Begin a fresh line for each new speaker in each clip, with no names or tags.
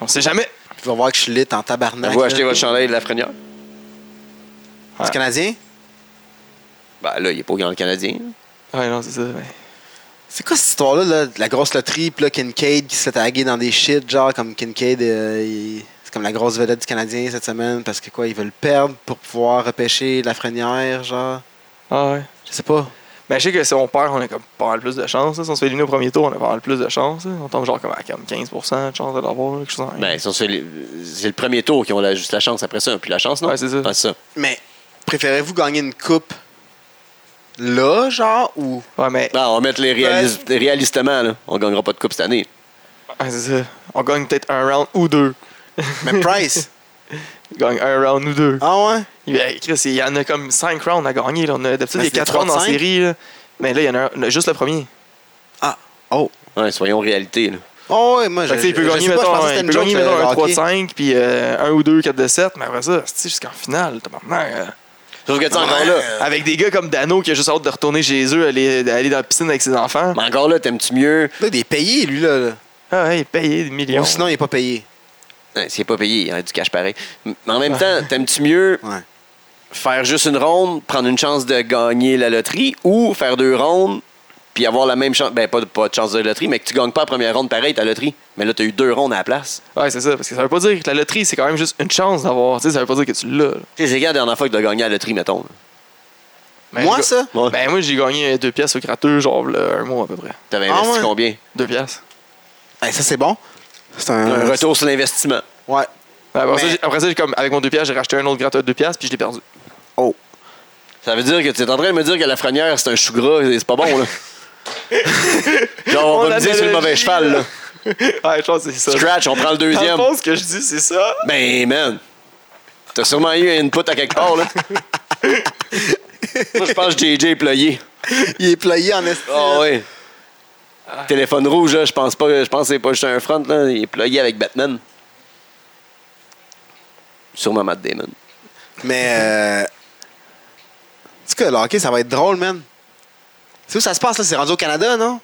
On sait jamais.
Tu vas voir que je suis lit en tabarnak.
Vous
là.
achetez votre chandail de la Lafrenière?
C'est canadien?
Ben là, il est pas grand Canadien.
Ouais, non, c'est ça. mais-
C'est quoi cette histoire-là, là, de la grosse loterie, puis là, Kincaid qui se fait taguer dans des shit, genre comme Kincaid, euh, il- c'est comme la grosse vedette du Canadien cette semaine, parce que quoi, ils veulent perdre pour pouvoir repêcher la frenière, genre.
Ah ouais.
Je sais pas.
Mais je sais que si on perd, on a comme pas mal plus de chance. là. Si on se fait éliminer au premier tour, on a pas mal plus de chance. là. On tombe genre comme à comme 15% de chance de l'avoir. quelque chose en-
Ben, ils sont sur les- c'est le premier tour qu'ils ont la- juste la chance après ça. Puis la chance, non?
Ouais, c'est ça.
Ah, c'est ça.
Mais préférez-vous gagner une coupe là, genre, ou.
Ouais, mais
Ben, on va mettre les réalis- réalistement, là. On gagnera pas de coupe cette année.
ben.
ouais, c'est ça. On gagne peut-être un round ou deux.
Mais Price?
On gagne un round ou deux.
ah ouais?
Ben, Chris, il y en a comme 5 rounds à gagner. là. On a d'habitude il
Ben,
y a
c'est
4 rounds en
35.
série. là. Mais là, il y en a, un- il y en a juste le premier.
Ah. Oh.
Ouais, soyons réalité, là.
Oh, ouais, moi, je.
Fait que, tu sais, il peut
je- je
gagner,
sais pas, je
mettons,
pensais que
un-
c'était
il
une
peut
joke,
gagner, mettons,
euh,
un
hockey.
3-5, puis euh, un ou deux, 4-7, mais après ça, c'est jusqu'en finale, euh. t'as pas mal.
Sauf que, tu sais, encore là,
Avec des gars comme Dano qui a juste hâte de retourner chez eux, aller, aller dans la piscine avec ses enfants.
mais encore là, t'aimes-tu mieux?
Là, il est payé, lui, là. là.
Ah ouais, payer des millions.
Ou sinon, il est pas payé.
Ouais, c'est pas payé, il y a du cash pareil. Mais en même temps, t'aimes-tu mieux
Ouais.
faire juste une ronde, prendre une chance de gagner la loterie ou faire deux rondes puis avoir la même chance, ben pas, de- pas de chance de loterie, mais que tu gagnes pas la première ronde pareil ta loterie, mais là t'as eu deux rondes à la place.
Ouais, c'est ça, parce que ça veut pas dire que la loterie, c'est quand même juste une chance d'avoir. Tu sais, ça veut pas dire que tu l'as. là.
Tu sais, c'est quand la dernière fois que t'as gagné à la loterie, mettons? là?
Ben,
moi,
j'ai-
ça?
Ouais.
Ben, moi, j'ai gagné deux pièces au gratteux, genre, là, un mois à peu près.
T'avais
Ah
investi
ouais?
combien?
Deux pièces.
Hey, ça, c'est bon. Euh, C'est
Un
un.
retour sur l'investissement.
Ouais.
Après, ça,
Mais-
j'ai- après ça, j'ai comme, avec mon deux pièces, j'ai racheté un autre gratteux de deux pièces, puis je l'ai perdu.
Oh.
Ça veut dire que tu es en train de me dire que la frenière, c'est un chou gras, et c'est pas bon, là. Genre, on,
Oh,
va me dire que c'est le mauvais
l'analogie,
cheval, là.
ouais, je pense que c'est ça.
Scratch, on prend le
Dans le
deuxième.
fond, ce que je dis, c'est ça.
Ben, man, t'as sûrement eu une input à quelque part, là. Moi, je pense que JJ est ployé.
Il est playé en estime.
Oh.
Ah ouais. Téléphone rouge, là, je pense pas. Je pense que c'est pas juste un front, là. Il est ployé avec Batman. Sûrement Matt Damon.
Mais. Euh... En tout cas, le hockey, ça va être drôle, man. C'est où ça se passe, là? C'est rendu au Canada, non?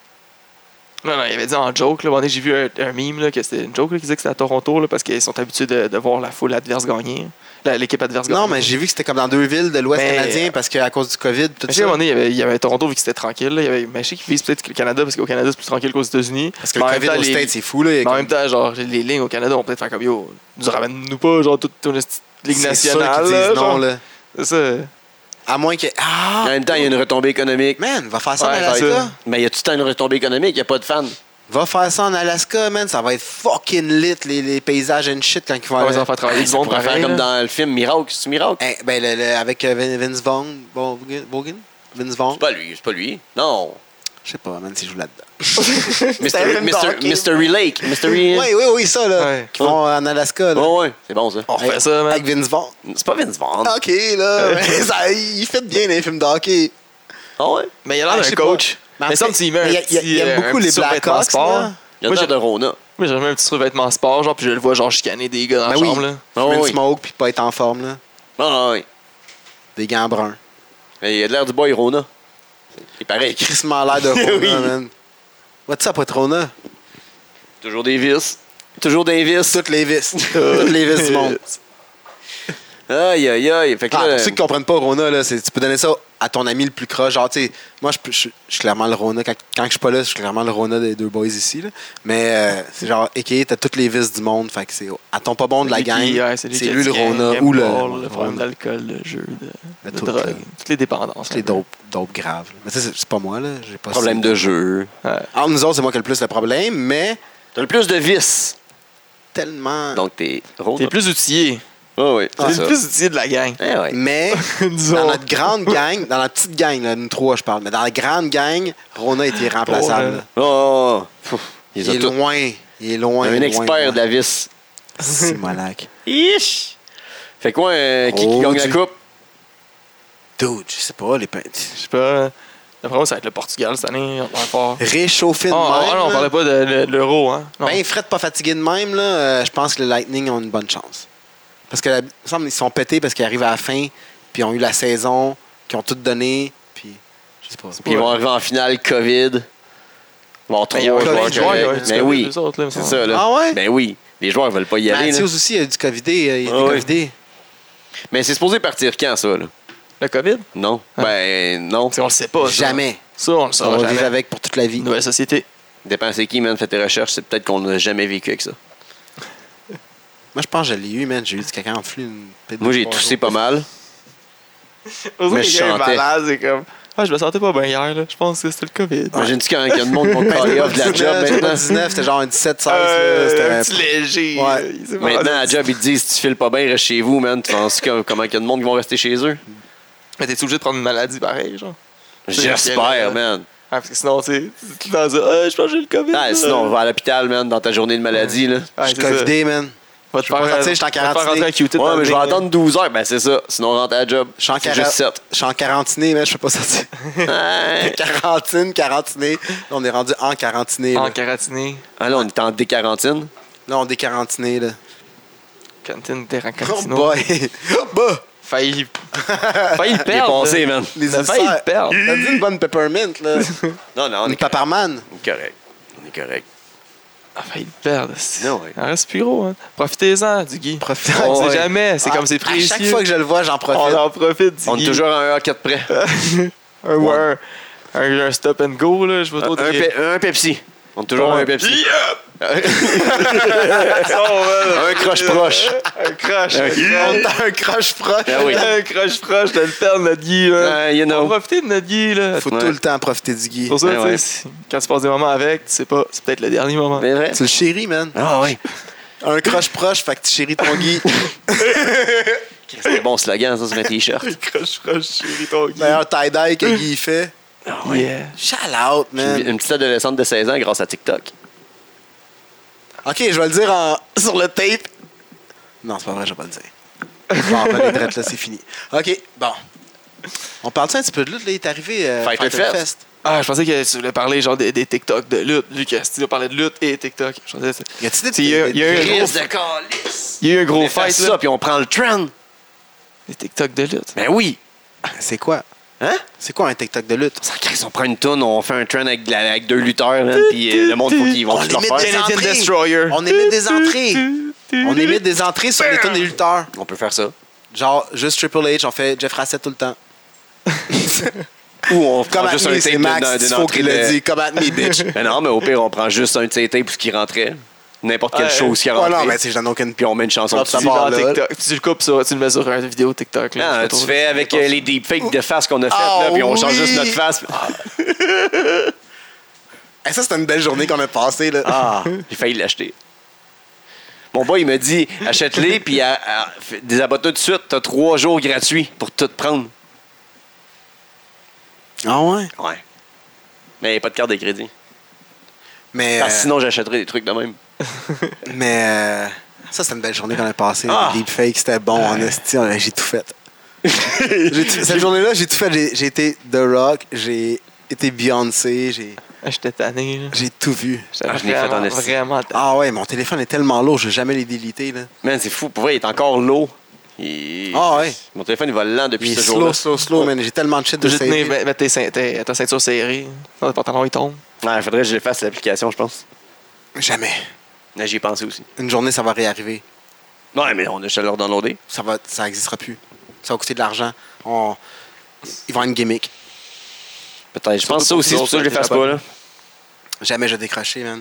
Non, non, il avait dit en joke. Là, un moment donné, j'ai vu un, un meme là, que c'était une joke là, qui disait que c'était à Toronto là, parce qu'ils sont habitués de, de voir la foule adverse gagner. La- L'équipe adverse gagner.
Non, mais j'ai vu que c'était comme dans deux villes de l'Ouest
Mais-
canadien parce qu'à cause du COVID, tout
Ben, euh, Mais je sais, à un
ça.
moment donné, il y avait, il y avait Toronto vu que c'était tranquille. là, il y avait, mais je sais qu'ils visent peut-être le Canada parce qu'au Canada, c'est plus tranquille qu'aux États-Unis.
Parce que le COVID aux States, c'est fou, là. Il y a
Mais en
comme-
même temps, genre, les, les lignes au Canada vont peut-être faire comme yo, nous ramène-nous pas, genre, toute toute une petite ligue
c'est sûr
nationale.
qu'ils
là,
disent non,
genre.
là.
C'est ça.
À moins que. Ah!
En même temps, il y a une retombée économique.
Man, va faire ça
Ouais,
en Alaska.
ça.
Mais il y a tout le temps une retombée économique, il n'y a pas de fans.
Va faire ça en Alaska, man. Ça va être fucking lit, les, les paysages and shit quand ils
On
vont
Ah, va
aller-
s'en faire travailler du
Ça
monde
pourrait faire
pareil,
comme
là.
dans le film Miracle. C'est Miracle?
Hey, ben, le- le- avec euh, Vin- Vince Vaughn. Bon, Bogan? Vince Vaughn?
C'est pas lui, c'est pas lui. Non.
Je sais pas, man, s'il joue là-dedans. un
Mystery,
film de
Mystery-
hockey.
Mystery Lake. Mystery.
Oui, oui, oui, ça, là.
Ouais.
Qui vont en Alaska, là.
Ouais, ouais, c'est bon ça.
Oh.
On refait ça, man.
Avec Vince Vaughn. Ah,
C'est pas Vince Vaughn.
OK, là, mais ça- il fait bien les films de hockey.
Ah ouais?
Mais il y a l'air
Ah,
d'un
je sais
coach.
pas. Mais
Mais il
après,
semble qu'il met un
mais il y a- il y a- il y a
petit, euh,
beaucoup
un
les
petit survêtement
Blackhawks,
sport.
là.
Il y a
Moi,
le
j'ai-
temps de Rona.
Moi, j'avais un petit survêtement sport, genre, puis je le vois, genre, chicaner des gars dans la
Ben oui.
chambre, là.
Ah
Fumer une
oui.
smoke puis pas être en forme, là.
Ah ouais.
Des gants bruns.
Mais il a de l'air du boy Rona. C'est pareil.
Crissement l'air de Rona,
Oui.
man. What's up, with Rona?
Toujours des vis. Toujours des vis.
Toutes les vis. Toutes les vis du monde.
Aïe, aïe, aïe. Fait que
Ah,
là,
pour ceux qui comprennent pas Rona, là, c'est- tu peux donner ça à ton ami le plus croche. Genre, tu sais, moi, je peux- je je suis clairement le Rona. Quand, quand je suis pas là, je suis clairement le Rona des deux boys ici. Là. Mais euh, c'est genre, tu t'as toutes les vis du monde. Fait que c'est à ton pas bon de la
Lui
gang.
qui- ouais,
c'est
qui a
lui
dit
le
qu'il y a un
Rona
game
ou le.
ball,
le
problème
Rona.
d'alcool, le jeu, de,
Le
de
tout,
drogue,
là.
toutes les dépendances.
C'est les
un peu.
dopes, dopes graves. là. Mais ça, c'est c'est pas moi, là. J'ai pas
problème
ça.
de jeu.
Ouais.
Entre nous autres, c'est moi qui ai le plus le problème, mais
T'as le plus de vis.
tellement.
Donc t'es Rona.
T'es plus outillé.
Ah ouais.
T'es
C'est
le
ça.
plus outillé de la gang.
Eh ouais.
Mais dans
Disons.
notre grande gang, dans la petite gang, là, nous trois, je parle, mais dans la grande gang, Rona était remplaçable.
Rona.
là.
Oh, Pfff. Ils
Il
ont
est
tout.
loin. Il est loin.
Un expert de la vis.
Simolac.
Ish. Fait quoi, euh, qui, qui
Oh,
gagne la
Dieu.
coupe?
Dude, je sais pas, les peintes.
Ah,
Je sais pas. D'après moi, ça va être le Portugal cette année. On va faire fort.
Réchauffé de
Ah,
même.
ah non, on
là.
parlait pas de, de- de l'euro, hein. Non.
Ben, Fred pas fatigué de même, là, euh, je pense que le Lightning ont une bonne chance. Parce que, la- il me semble qu'ils sont pétés parce qu'ils arrivent à la fin, puis ils ont eu la saison, qu'ils ont tout donné, puis je sais pas.
Puis ils vont arriver en finale COVID. Ils vont
Ben,
avoir trois
il y a un
joueurs
Covid,
corrects.
ouais, il y a un petit
Ben
Covid,
oui.
deux autres, là, il me
C'est
semble.
ça, là.
Ah ouais?
Ben oui. Les joueurs ne veulent pas y aller. là.
Matthews aussi, il a du covidé. euh, Il a
Ah oui.
été covidé.
Mais c'est supposé partir quand, ça? Là?
Le COVID?
Non?
Ah.
Ben, non.
Parce qu'on le sait pas. ça.
Jamais.
Ça, on le
Ça, on
saura
va vivre
jamais.
avec pour toute la vie.
Une nouvelle société.
Dépend c'est qui, man. Fais tes recherches. C'est peut-être qu'on n'a jamais vécu avec ça.
Moi, je pense que je l'ai eu, man. J'ai eu du caca en flux. une pète de
Moi, j'ai
trois
toussé
jours.
pas mal. Mais je
je
chantais.
malade, c'est comme... Ah, je me sentais pas bien hier, là. Je pense que c'était le COVID.
Imagine-tu quand Ah, il y a du monde qui vont
Ben,
te call off de la job
19, c'était pas
maintenant?
19, c'était genre un 17, 16.
Euh,
là, c'était-
un petit léger.
Ouais.
là, il s'est pas
Maintenant, à
rendu-
job, ils te disent si tu files pas bien, reste chez vous, man. Tu penses que- comment il y a de monde qui vont rester chez eux?
Mais t'es obligé de prendre une maladie pareille, genre.
J'espère,
Lequel,
man.
Ah, parce que sinon, tu sais, tu- tu t'en dis, Ah, je pense que j'ai le COVID.
Ah,
là.
sinon, on va à l'hôpital, man, dans ta journée de maladie, là.
Ouais,
Je
c'est
suis
ça.
covidé, man.
Va te
Je peux pas
faire-
sortir, je suis en
va te faire
quarantaine.
rentrer un Q-tip dans
Ouais,
le
mais je vais
nez.
attendre 12 heures. Ben, c'est ça. Sinon, on rentre à la job.
Je suis en
C'est juste Hein?
cara-
7.
je suis en quarantiné, man. Je peux pas sortir. Quarantine, quarantiné. Là, on est rendu en quarantiné.
En
Là,
caratiné.
Ah là, on est en déquarantine.
Là, on est quarantiné, là.
Cantine, terre en
Oh
carantino.
boy! Oh bah!
Failli. Failli le
Il est
perdre. hein.
passé, man.
Les
T'as failli
ulcères.
le perdre.
T'as dit une bonne peppermint, là.
Non, non, on
Une
est correct.
paparman.
On est correct. On est correct.
Ah, failli le perdre. c'est-
Non, ouais.
Il en reste plus gros. Hein. Profitez-en, Diggy.
Profite.
On
Ouais.
sait jamais. C'est
Ah,
comme c'est précieux.
À chaque fois que je le vois, j'en
On
profite.
en profite, Diggy.
On est toujours à 1 4 près.
un, ou un, un, un stop and go, là. Je vais
Un,
trop dire.
pe- un Pepsi. On est toujours à un Pepsi. Un croche proche.
Un crush.
On a un croche proche.
Ah oui.
Un crush proche de le perdre, notre Guy. Là.
Ah, you
On
know.
va profiter de notre Guy. Là.
Faut
Ouais.
tout le temps profiter du Guy.
C'est pour ça,
Ouais,
tu sais,
ouais.
si- quand tu passes des moments avec, tu sais pas, c'est peut-être le dernier moment.
C'est vrai?
Tu le chéris, man.
Ah oui.
Un croche proche, fait que tu chéris ton Guy.
C'est un bon slogan, ça, sur un t-shirt.
crush, crush, chérie, ton Guy.
D'ailleurs, tie-dye que Guy fait.
Ah
Yeah.
Shout out,
Une
man.
une petite adolescente de 16 ans grâce à TikTok.
Ok, je vais le dire en- sur le tape. Non, c'est pas vrai, je vais pas le dire. Bon, ben, les drettes, là, c'est fini. Ok, bon. On parle-tu un petit peu de lutte, là? Il est arrivé euh,
Fighter Fest.
Ah, je pensais que tu voulais parler genre des, des TikTok de lutte. Lucas, tu parlais de lutte et TikTok. Je pensais que c'est-
Y a-t-il
C'est- il y a- il y a
des-
un-
des-
Crise
de calice.
Il y a eu un
On
gros
fait
fight,
ça,
là.
puis on prend le trend.
Des TikTok de lutte.
Ben oui.
C'est quoi?
Hein?
C'est quoi un TikTok de lutte?
Ça crée, on prend une tonne, on fait un trend avec, de la- avec deux lutteurs, là, puis euh, le monde, faut qu'ils vont
On
tout leur
les met
faire.
des
Canadian
entrées.
Destroyer.
On émet des entrées. On
émet
émet des entrées sur les tonnes des lutteurs.
On peut faire ça.
Genre, juste Triple H, on fait Jeff Rassett tout le temps.
Ou on
Comme
prend
à
Ah, juste un
me, c'est
tape
Max,
d'une-
il
d'une
faut qu'il
entrée
le
de-
dit. Comme at me, bitch.
Ben non, mais au pire, on prend juste un de ces tapes qui rentrait. N'importe quelle
Ouais.
chose qui
Oh
rentrait.
non, mais c'est j'en ai aucune
Puis on met une chanson
Ah,
dessus.
ça
Tu,
part,
le mets
là.
en TikTok. tu le coupes sur, tu le mets sur une vidéo TikTok. là,
Ah,
une
tu
photo.
fais avec euh, les deepfakes de face qu'on a faites,
Ah,
là, puis on change
oui!
juste notre face. Ah,
Hey, ça, c'était une belle journée qu'on a passée. Là.
Ah, j'ai failli l'acheter. Mon boy, il m'a dit achète-les, puis à- à- f- désabonne-toi tout de suite. T'as trois jours gratuits pour tout prendre.
Ah ouais?
Ouais. Mais pas de carte de crédit.
Mais,
Parce que
euh,
sinon, j'achèterais des trucs de même.
mais euh, ça, c'était une belle journée qu'on a passée.
Ah!
Les deepfakes, c'était bon. En esti, on a- j'ai tout fait. J'ai tout- cette journée-là, j'ai tout fait. J'ai- J'ai été The Rock, j'ai été Beyoncé, j'ai
Ah, J'étais tanné. là.
j'ai tout vu.
J'étais
Ah, je l'ai fait en
vraiment,
esti.
vraiment tanné.
Ah ouais, mon téléphone est tellement lourd, je vais jamais les déliter. Là.
Man, c'est fou. Pour vrai, il est encore low. Il-
Ah ouais.
Mon téléphone, il va lent depuis
Puis
ce
slow,
jour-là.
slow, slow, man. J'ai tellement de shit de
T'as juste tenu,
saver.
mets- mets tes ceint- tes- ta ceinture serrée. Non, le pantalon, il tombe.
Ouais, faudrait que je fasse l'application, je pense.
Jamais.
Mais j'y ai pensé aussi.
Une journée, ça va réarriver.
Ouais, mais on a juste à leur downloader.
ça va ça n'existera plus. Ça va coûter de l'argent. On... Ils vont avoir une gimmick.
Peut-être. Je pense ça
pour
aussi, c'est
nous
pour ça que je
autres,
les fasse
ça
pas, là.
Jamais je vais décrocher, man.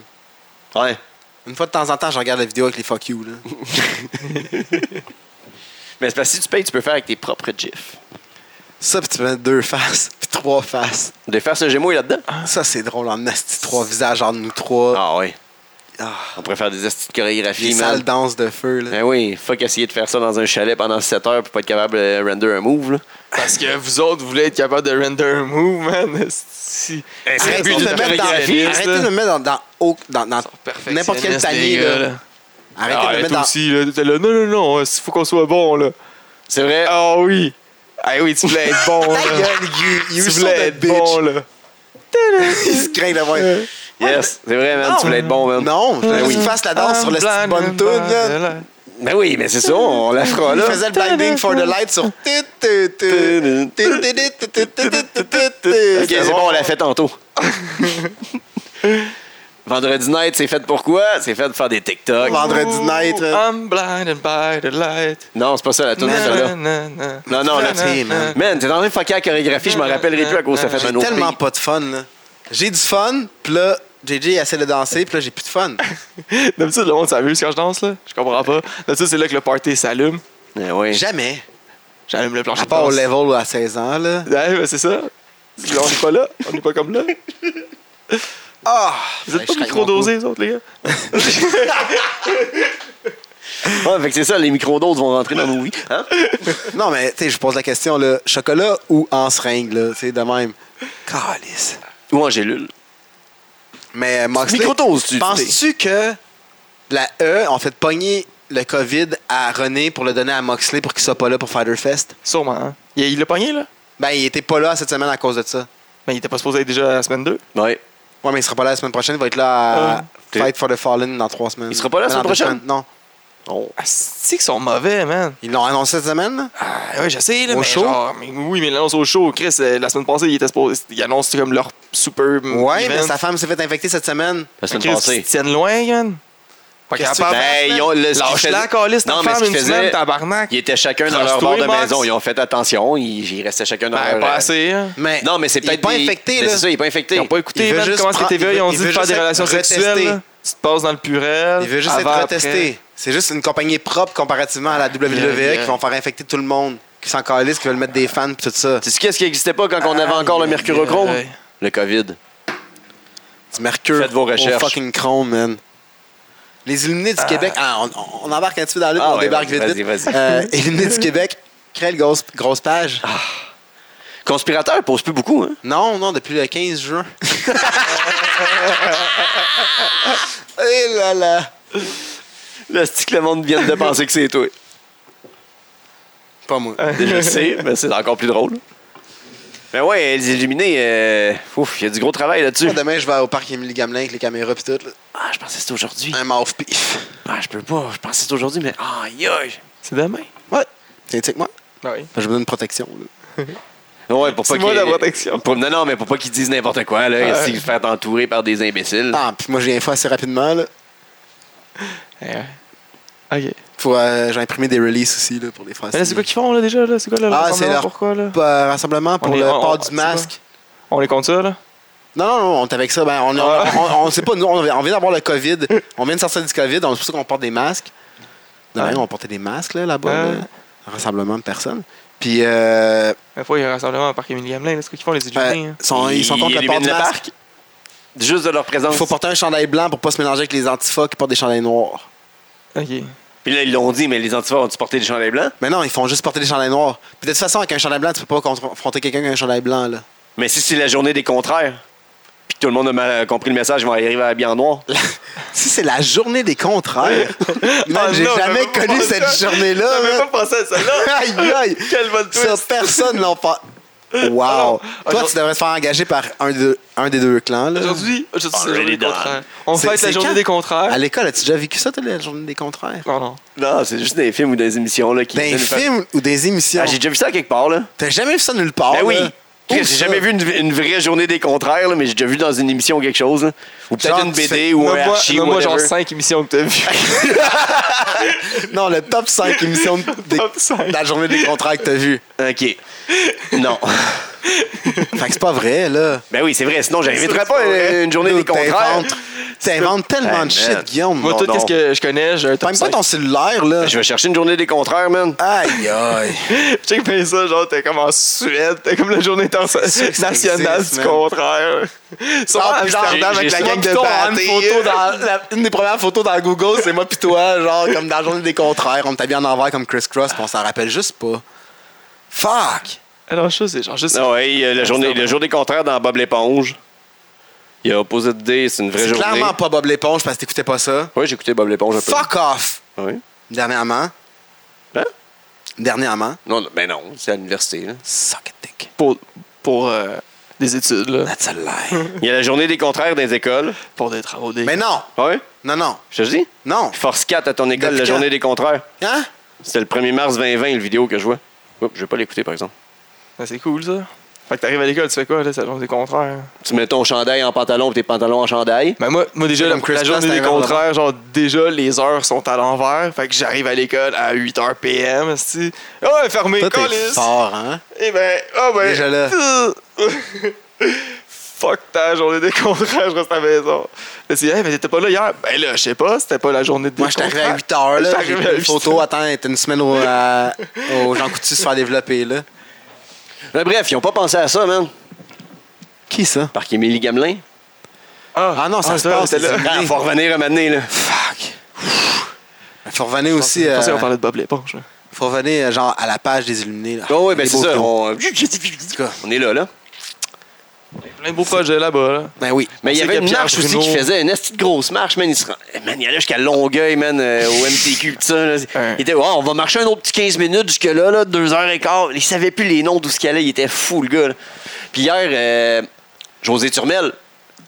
Ouais.
Une fois de temps en temps, je regarde la vidéo avec les fuck you. Là.
Mais c'est parce que si tu payes, tu peux faire avec tes propres GIFs.
Ça, puis tu mets deux faces, puis trois faces.
De faire ce Gémeaux, il est là-dedans.
Ça, c'est drôle en asti. Trois visages, genre nous trois.
Ah ouais.
Ah,
On pourrait faire des astuces de chorégraphie,
les
man.
sales danses de feu. Là.
Ben oui, fuck essayer de faire ça dans un chalet pendant 7 heures pour pas être capable de render un move, là.
Parce que vous autres, vous voulez être capable de render un move, man. Si.
Arrêtez,
but d'une
de me mettre dans,
chorégraphie,
arrêtez
là.
de me mettre dans, dans, au- dans- dans
Perfectionniste,
n'importe quel
les
panier.
gars,
Là.
là.
Arrêtez de me
Ah,
mettre
toi
dans. Euh,
aussi, là, t'étais là, non, non, non, il faut qu'on soit bon, là.
C'est vrai.
Ah oui. Ah oui, tu voulais être bon,
Ta
là.
gueule, you,
Tu
you son
voulais
de
être
bitch.
bon, là.
Il se craint d'avoir.
Yes, c'est vrai, man.
Non.
Tu voulais être bon, man.
Non, je voulais
Ben
qu'il
oui.
fasse la danse sur le
I'm
style bonne
blind,
tune.
I'm
là.
blind, là.
Ben oui, mais c'est ça, on la fera,
Il
là.
faisait le blinding for the light sur. Tut, tut, tut. Tut, tut, tut, tut, tut, tut, tut, tut.
Ok, c'est bon, on l'a fait tantôt. Vendredi night, c'est fait pourquoi? C'est fait de faire des TikTok.
Vendredi night,
Ooh,
euh.
I'm blinded by the light.
Non, c'est pas ça la tune, c'est
Na,
là.
na, na.
Non, non, là,
Na, na, na.
Man, t'es en train de fucker la chorégraphie, je m'en rappellerai plus à cause de ça fait
J'ai
un autre
tellement
beat.
pas de fun, là. J'ai du fun, pis là, JJ essaie de danser, pis là, j'ai plus de fun.
D'habitude, le monde s'amuse quand je danse, là. Je comprends pas. D'habitude, c'est là que le party s'allume.
Eh oui.
Jamais.
J'allume le plancher.
À part au
de danse.
level à 16 ans, là.
Ouais, ben, c'est ça. Là, on n'est pas là. On n'est pas comme là.
Ah!
Vous êtes
Je
pas
craque mon
micro-dosés, les autres, les gars.
Ouais, fait que c'est ça, les micro-doses vont rentrer
Ah.
dans nos vies. Hein?
cou. Non, mais, tu sais, je pose la question, là. Chocolat ou en seringue, là, tu sais, de même. Calice.
Ou en gélule.
Mais, euh, Moxley.
Microdose, tu tu-
Penses-tu que la E ont fait pogner le COVID à René pour le donner à Moxley pour qu'il soit pas là pour Fighter Fest?
Sûrement, hein. Il il l'a pogné, là.
Ben, il était pas là cette semaine à cause de ça.
Mais Ben, il était pas supposé être déjà à la semaine 2.
Ouais.
Ouais, mais il sera pas là la semaine prochaine. Il va être là à
Ah.
Fight for the Fallen dans trois semaines.
Euh, Il sera pas là la
Dans
semaine
deux
prochaine?
semaines, Non.
Ah, c'est qu'ils sont mauvais, man.
Ils l'ont annoncé cette semaine, là?
Ah, ouais, je sais, là.
Au
mais
show?
genre, mais oui, mais l'annonce au show, Chris, euh, la semaine passée, il était supposé. Ils annoncent comme leur super.
Ouais,
event.
mais sa femme s'est fait infecter cette semaine.
La semaine
Chris, ils
passée.
se tiennent loin, man. Pas
Qu'est-ce
capable.
que tu- Ben, ils ont- le- ce qu'ils
Lâche la
faisaient-
calice, ta
Non, mais ce
femme,
qu'ils
une
faisaient-
semaine, tabarnak.
Ils étaient chacun dans leur
Trace-toi,
bord de
Max.
maison. Ils ont fait attention. Ils, ils restaient chacun dans
Ben,
leur... euh,
pas assez, hein.
Mais
Non, mais c'est
il est
peut-être...
pas
des-
infecté,
Mais
là.
C'est ça, il est pas infecté.
Ils n'ont pas écouté
Il veut
man,
juste
comment c'était
prendre-
TVA,
il
ils ont
veut-
dit
il
de
veut
faire des
juste être
relations
retesté.
sexuelles. là. Tu te passes dans le purel.
Il veut juste
avant,
être
après.
retesté. C'est juste une compagnie propre comparativement à la WWE
Yeah, yeah.
qui vont faire infecter tout le monde, qui s'en calissent, qui veulent mettre des fans pis tout ça.
Tu sais qu'est-ce qui n'existait pas quand on avait encore le mercurochrome?
Ah, aïe, aïe.
Le COVID.
Du mercure
Faites vos recherches.
au fucking chrome, man. Les Illuminés du Québec. Ah, on, on- on embarque un petit peu dans le lutte,
Ah
on
ouais,
débarque
vas-y,
vite. vite.
vas-y, vas-y.
Euh, Illuminés du Québec, crée le grosse, grosse page.
Ah. Conspirateur pose plus beaucoup, hein?
Non, non, depuis le 15 juin. Eh là là.
Le stick, le monde vient de penser que c'est toi.
Pas moi.
Je le sais, mais c'est encore plus drôle. Mais ouais, les illuminés, euh, ouf, il y a du gros travail là-dessus.
Demain, je vais au parc Émilie Gamelin avec les caméras pis tout. là.
Ah, je pensais que c'était aujourd'hui.
Un mouth pif.
Ah, je peux pas, je pensais que c'était aujourd'hui, mais aïe aïe.
C'est demain.
Ouais. Tiens, tu sais que moi,
Oui.
je me donne une protection. là.
Ouais, pour pas
C'est moi
qu'il-
la protection.
pour- non, non, mais pour pas qu'ils disent n'importe quoi, là,
Ouais.
s'ils se font entourer par des imbéciles.
Ah, puis moi, j'ai l'info assez rapidement. Là.
Ok.
Faut, euh, j'ai imprimé des releases aussi là, pour les Français.
Mais là, c'est quoi qu'ils font, là, déjà? là? C'est quoi, là, le
Ah,
rassemblement?
c'est leur-
Pourquoi, là?
Euh, rassemblement pour
On est-
le
on-
port
on-
du
c'est
masque.
On les compte ça, là?
Non, non, non, on est avec ça. Ben, on, on,
Ah.
on- on sait pas, nous, on, on vient d'avoir le COVID. On vient de sortir du COVID, donc c'est pour ça qu'on porte des masques. Demain,
Ah.
on portait des masques là, là-bas.
Ah.
là. Un rassemblement de personnes. Puis, euh,
Mais fois, il y a un rassemblement à Parc Émilie Gamelin. là. C'est quoi qu'ils font, les
euh,
étudiants? hein?
sont- ils, sont contre le
illuminent
port du masque.
Juste de leur présence.
Il faut porter un chandail blanc pour pas se mélanger avec les antifas qui portent des chandails noirs.
Ok.
Puis là, ils l'ont dit, mais les antifas ont-tu porté des chandails blancs?
Mais non, ils font juste porter des chandails noirs. Puis de toute façon, avec un chandail blanc, tu peux pas confronter quelqu'un avec un chandail blanc. Là.
Mais si c'est la journée des contraires, puis que tout le monde a mal compris le message, ils vont arriver à en noir.
Si c'est la journée des contraires, man,
Ah
j'ai
non,
jamais
j'avais pas
connu
pensé à-
cette journée-là.
J'avais
man.
pas pensé à ça, là!
Aïe, aïe!
Quel bon
Ça,
twist!
personne l'ont pas.
Ah,
Alors,
Wow! Toi,
aujourd'hui-
tu devrais te faire engager par un, de- un des deux clans. Là.
Aujourd'hui, aujourd'hui, c'est la journée
Already
des
done.
contraires. On
C'est-
fête la
c'est
journée
quand?
des
À
hein?
contraires.
l'école, as-tu déjà vécu ça, toi, la journée des contraires?
Non, non.
Non, c'est juste des films ou des émissions là, qui.
Ben,
Des films ou des émissions?
Ah, j'ai déjà vu ça quelque part, là.
T'as jamais vu ça nulle part?
ben oui.
là?
Chris,
Où
J'ai
Ah ça?
jamais vu une, une vraie journée des contraires, là, mais j'ai déjà vu dans une émission ou quelque chose. là. Ou peut-être
Genre,
une
tu
BD
fais-
ou un
Nomme-moi
archi ou
nomme-moi genre
whatever.
5 émissions que t'as vues.
Non, le top 5 émissions de- des-
Top cinq.
de la journée des contraires que t'as vu.
OK. Non.
Fait que c'est pas vrai, là.
Ben oui, c'est vrai. Sinon, j'inviterais pas Euh, une, une journée
Nous,
des contraires.
t'inventes- T'inventes tellement
Hey,
de
man.
shit, Guillaume.
Moi,
Non,
tout,
non.
qu'est-ce que je connais, j'ai un
T'as
top
même pas
5.
ton cellulaire, là.
Je vais chercher une journée des contraires, man.
Aïe, aïe.
Check bien ça, genre, t'es comme en Suède, t'es comme la journée inter-
sûr que ça
nationale
existe,
du
man.
contraire. Sur
Ah, puis
j'ai-
Amsterdam
j'ai
avec la
ça.
gang de
Plutôt, on a
pâtés.
une photo dans
une des premières photos dans Google, c'est moi puis toi, genre comme dans la journée des contraires, on t'habille en envers comme Chris Cross, on s'en rappelle juste pas. Fuck!
Alors, Ah je c'est genre juste.
Non, ouais, euh, la journée, le jour des contraires dans Bob l'éponge. Il y a Opposite Day, c'est une vraie
C'est
journée.
clairement pas Bob l'éponge parce que t'écoutais pas ça.
Oui, j'ai écouté Bob l'éponge un peu. Ah
Fuck off!
Ouais.
Dernièrement,
Hein?
dernièrement,
Non, non, ben non, c'est à l'université. là.
suck it dick.
pour, pour euh, des études, là,
That's a lie.
Il y a la journée des contraires dans les écoles. Ah
pour des travaux. Des...
Mais non!
Ouais,
Non, non,
je te dis.
non.
Force 4 à ton
Depuis
école, la
quand?
journée des contraires.
Hein?
C'était le 1er mars 2020, le vidéo que je vois. Oups, je vais pas l'écouter, par exemple.
Ah, c'est cool, ça. Fait que t'arrives à l'école, tu fais quoi, là, c'est la journée des contraires.
Tu mets ton chandail en pantalon puis tes pantalons en chandail.
Mais Ben, moi, moi déjà,
C'est
la,
comme Chris
la journée
Pratt,
des
c'est un
contraires, genre, déjà, les heures sont à l'envers. Fait que j'arrive à l'école à 8h PM, esti. Ah, oh, fermé,
Toi, t'es
calice!
fort, hein?
Eh ben, ah ben.
Déjà là.
Fuck ta journée des contrats, je reste à la maison. Là, tu dis, hey, mais t'étais pas là hier. Ben là, je sais pas, c'était pas la journée des
Moi, je suis
contrats.
arrivé à 8 heures,
Je suis
là. J'ai
arrivé
pris
à
une
8
photo. Attends, elle était une semaine au, à- au Jean Coutu se faire développer, là.
Mais Euh, bref, ils ont pas pensé à ça, man.
Qui, ça?
Par qu'Émilie Gamelin.
Ah non, ça se passe,
t'étais
c'est
là.
ça.
Ah, faut revenir un moment donné, là.
Fuck. Il Ben, faut revenir aussi...
Je pensais
euh,
qu'on parlait de Bob l'éponge. là.
faut revenir, euh, genre, à la page des Illuminés, là.
Oh, oui, ben
Les
c'est
beaux
ça.
photos.
On...
cas.
on est là, là.
Plein de beaux projets là-bas. Là.
Ben oui.
Mais
On
il y
sait
avait
qu'il y
une
a
marche
Pierre
aussi
Bruno.
qui faisait une petite grosse marche, man. Il, se rend- Eh, man, il allait jusqu'à Longueuil, man, euh, au MTQ. pis ça, là.
Hein.
Il était, Ah, on va marcher un autre petit 15 minutes jusque-là, là, deux heures et quart. Il savait plus les noms d'où ce qu'il allait. Il était fou, le gars. là. Puis hier, euh, José Turmel,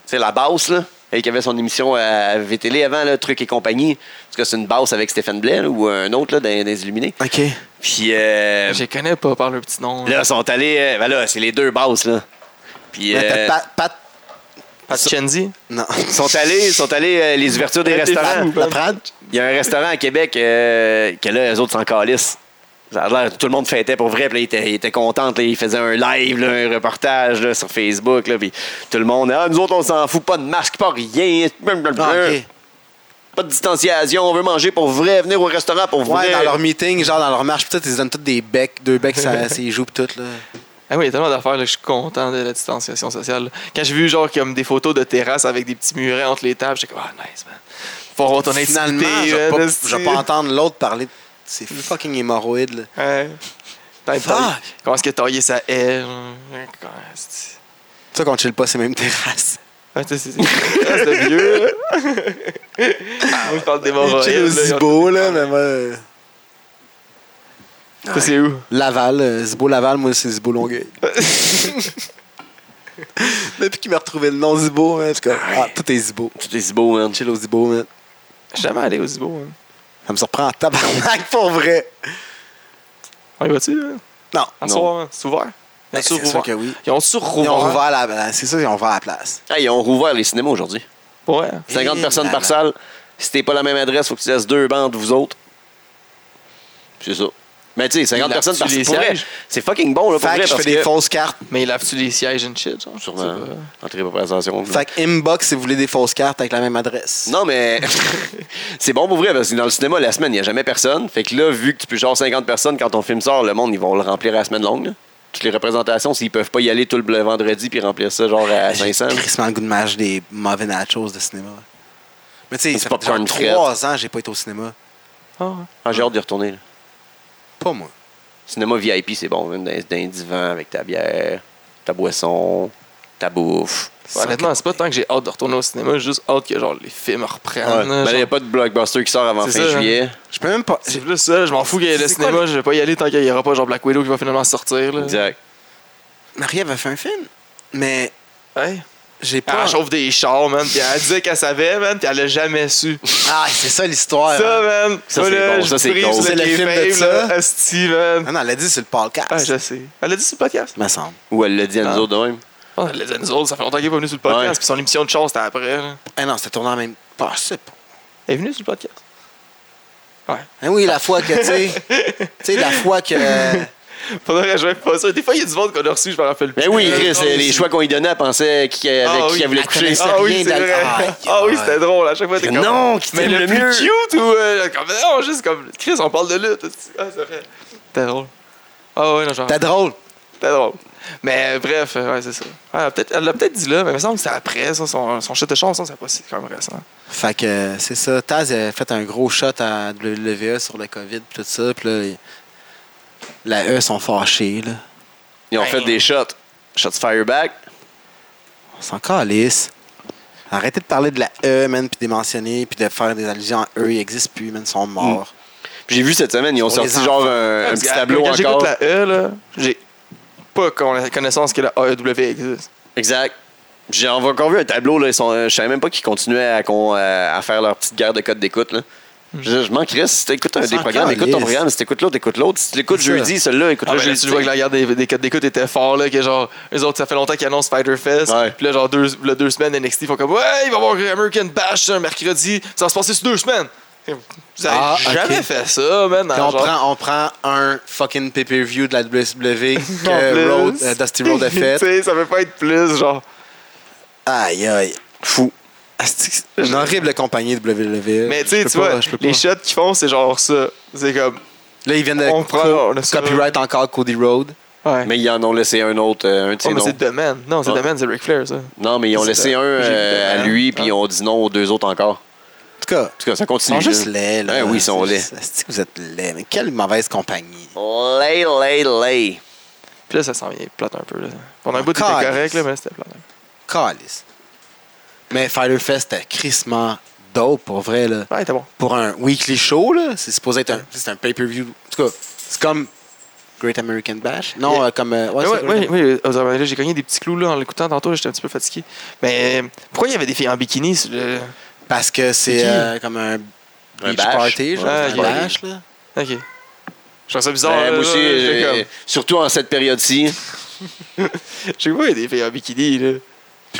c'est la basse, là. Elle qui avait son émission à VTL avant, là, Truc et compagnie. Parce que c'est une basse avec Stéphane Blais là, ou un autre là, dans, dans les Illuminés.
OK.
Puis euh,
Je les connais pas par le petit nom.
là, ils sont allés. euh, ben là, c'est les deux basses. Là. Puis,
Mais
euh,
t'as Pat... Pat...
Pat Chenzi.
Non.
ils sont allés, ils sont allés euh, les ouvertures des
Ah, t'es
restaurants.
fou.
La Prade?
Il y a un restaurant à Québec euh, que là, eux autres s'en calissent. Ça a l'air, tout le monde fêtait pour vrai. Puis là, ils étaient, ils étaient contents. là. ils faisaient un live, là, un reportage là, sur Facebook. Là, puis tout le monde, ah, nous autres, on s'en fout, pas de masque, pas rien.
Ah, OK.
Pas de distanciation, on veut manger pour vrai, venir au restaurant pour vrai.
Ouais, dans leur meeting, genre dans leur marche, peut-être ils se donnent tous des becs, deux becs, ça, ça y joue pis tout là.
Ah oui, il y a tellement d'affaires, là, je suis content de la distanciation sociale. Quand j'ai vu genre comme des photos de terrasses avec des petits murets entre les tables, j'étais comme ah nice man. Faut avoir ton
Finalement,
intimité,
je vais
man,
pas,
esti.
je vais pas entendre l'autre parler de ces fucking hémorroïdes là.
Ouais. T'as- t'as-
Fuck!
Comment est-ce que tailler sa haie? genre? Esti.
C'est ça qu'on chill pas ces mêmes terrasses.
Ah, tu sais, c'est c'est- ah, c'est vieux. là. Ah, moi, je parle des
Ils
là,
chill au
ils ont-
Zibo là, mais moi. euh,
Toi, c'est où?
Laval, euh, Zibo Laval, moi c'est Zibo Longueuil. Depuis qu'il m'a retrouvé le nom Zibo, man, c'est comme, ah, tout est Zibo.
Tout est si beau, man.
Chill au Zibo, man.
Je suis jamais allé au Zibo. hein.
Ça me surprend en tabarnak pour vrai.
On y va-tu? là?
Non.
En
Non.
soir, hein? c'est ouvert? Ils ont
Ben,
sur
C'est sûr que oui.
Ils ont sur
Ils ont rouvert la place. C'est sûr qu'ils ont rouvert la place.
Ah, ils ont rouvert les cinémas aujourd'hui.
Ouais.
50
Eh,
personnes par
malade.
salle. Si t'es pas la même adresse, faut que tu laisses deux bandes, vous autres. C'est ça. Mais tu sais, 50
Là,
personnes
tu
par
les
pour vrai,
sièges.
C'est fucking bon, là, pour
Fait
vrai,
que je
parce
fais des
que...
fausses cartes.
Mais ils lavent-tu les sièges and shit? Genre?
Sûrement.
Je sais pas.
Entrée de présentation.
Fait que inbox si vous voulez des fausses cartes avec la même adresse.
Non, mais c'est bon pour vrai, parce que dans le cinéma, la semaine, il n'y a jamais personne. Fait que là, vu que tu peux genre 50 personnes, quand ton film sort, le monde, ils vont le remplir à la semaine longue. là. Toutes les représentations, s'ils peuvent pas y aller tout le bleu- vendredi puis remplir ça genre à 500.
Ah, J'ai crissement le goût de manger des mauvais nachos de cinéma. Mais tu sais,
Du
ça fait
popcorn
genre
frais.
trois ans que j'ai pas été au cinéma.
Ah, ouais.
Ah, J'ai hâte d'y retourner. là.
Pas moi.
Cinéma VIP, c'est bon. Même dans dans un divan avec ta bière, ta boisson, ta bouffe.
Ouais, Honnêtement, c'est pas tant que j'ai hâte de retourner au cinéma, j'ai juste hâte que genre les films reprennent.
Ouais.
là,
Ben là, il n'y a
Ah, genre.
pas de blockbuster qui sort avant fin
C'est ça, hein.
juillet.
Je peux même pas.
C'est plus ça, je m'en fous qu'il y ait le
C'est quoi
cinéma, je vais pas y aller tant qu'il y aura pas genre Black Widow qui va finalement sortir. Là.
Exact.
Marie avait fait un film, mais
Ouais.
j'ai
Elle
pas.
chauffe des chars, man, pis elle disait qu'elle savait, man, pis elle l'a jamais su.
Ah, c'est ça l'histoire.
Ça,
hein.
man,
Ça,
moi,
c'est
là,
bon,
je
ça, c'est
prie
cool.
sur
C'est le
Game
film de
Fame,
ça?
là, Asti, man.
Ah non, elle l'a dit sur le podcast.
Ah, je sais. Elle a dit sur le podcast.
me semble.
Ou elle l'a dit à
Ah.
nous autres de même.
Oh, elle l'a dit à nous autres, ça fait longtemps qu'elle est pas venue sur le podcast,
Ouais.
pis son émission de char, c'était après. là.
Ah non, c'était tourné en même. Ah, je sais pas.
Elle est venue sur le podcast.
Ah oui, la fois que, tu sais. tu sais, la fois que.
Faudrait que je vais pas ça. Des fois, il y a du monde qu'on a reçu, je me rappelle plus.
Ben oui,
Euh,
Chris,
non,
les choix qu'on lui donnait, elle pensait qui, avec
Ah,
qui
oui.
elle voulait
Elle
coucher.
connaissait
Ah oui,
rien
c'est
d'aller-
vrai.
Ah,
Ah oui,
God.
c'était drôle. À chaque fois, t'es comme.
Non, qui
mais
t'aime
le
le
plus
mieux.
cute ou. euh, comme, non, juste comme. Chris, on parle de lutte. Ah, c'est vrai. C'était drôle. Ah ouais, non, genre.
T'es drôle.
C'était drôle. Mais euh, bref, euh, ouais, c'est ça. Ah, peut-être- elle l'a peut-être dit là, mais il me semble que c'est après, ça, son, son shot de chanson, c'est pas si- quand même récent.
Fait que euh, c'est ça. Taz a fait un gros shot à WWE sur le COVID pis tout ça. Puis là, il- la E sont fâchés, là.
Ils
Ben
ont fait des shots. Shots fireback.
On s'en calisse. Arrêtez de parler de la E, man, puis de les mentionner, puis de faire des allusions à eux. Ils n'existent plus, man, ils sont morts.
Puis j'ai vu cette semaine, ils ont
Pour les
sorti
enfants.
genre un, un
Parce
petit
que,
tableau
Quand
encore.
j'écoute la E, là, j'ai pas con- connaissance que la E AEW existe.
Exact. J'ai euh, encore vu un tableau, là, ils sont, je savais même pas qu'ils continuaient à, con- à- à faire leur petite guerre de code d'écoute. là.
Hmm.
Je, veux dire, je m'en crisse. Si t'écoutes un
On
des
s'en
programmes, écoute ton
calisse.
programme. Si t'écoutes l'autre, écoute l'autre. Si tu l'écoutes
C'est ça.
jeudi, celui-là, écoute
Ah,
le
ben
j'ai-
jeudi.
tu vois que la guerre des, des codes d'écoute était fort, là, que genre, eux autres, ça fait longtemps qu'ils annoncent Spider Fest.
Ouais.
Puis là, genre, deux, là, deux semaines, NXT font comme, ouais, il va y avoir American Bash un mercredi, ça va se passer sur deux semaines. Vous avez
Ah,
jamais
ok.
fait ça, man. dans
Puis on,
genre-
prend, on prend un fucking pay-per-view de la WSW
En plus.
que Road, euh, Dusty Road a
Tu
fait.
sais, ça peut pas être plus, genre.
Aïe, aïe.
fou.
Asti-
Une horrible compagnie WWE.
Mais tu sais,
E. Euh, Je peux
tu
pas,
vois,
je peux
les
pas.
shots qu'ils font, c'est genre ça. C'est comme.
Là, ils viennent de
on
co-
prend- on a ça.
copyright encore Cody Road.
Ouais.
Mais ils en ont laissé un autre, euh, un de
Oh,
ses
mais
noms.
c'est The Man. Non, c'est
Ouais.
The Man, c'est Ric Flair, ça.
Non, mais ils ont
c'est
laissé
de-
un
j'ai vu
euh,
de-
à lui, puis
Ah.
ils ont dit non aux deux autres encore.
En tout cas,
En tout cas, ça
ils sont
continue.
juste
là.
laids. Là.
Ouais, oui, ils sont
C'est
laids.
juste- Asti que vous êtes laids. Mais quelle mauvaise compagnie.
Lay, lay, lay.
Puis là, ça s'en vient plate un peu. Là. Pendant un bout, c'était
Encore.
correct, là, mais c'était plate.
Calice. Mais Fighter Fest, c'était crissement dope pour vrai. Là.
Ouais, t'es bon.
Pour un weekly show, là, c'est supposé être un, c'est un pay-per-view. En tout cas, c'est comme Great American Bash. Non,
Yeah.
euh, comme. euh, ouais,
Mais
c'est
ouais,
Great
ouais, ouais, aux Arabes, là, j'ai cogné des petits clous là, en l'écoutant tantôt, là, j'étais un petit peu fatigué. Mais euh, pourquoi il y avait des filles en bikini euh, sur le.
Parce que
C'est
c'est
qui?
euh, comme un beach
bash.
party, genre
Ouais,
un
ok.
bash, là.
Ok. Je trouve ça bizarre.
Ouais,
là,
Euh, Ben, moi aussi,
là, euh, j'étais
j'ai-
comme.
surtout en cette période-ci.
Je sais pas, il y a des filles en bikini, là.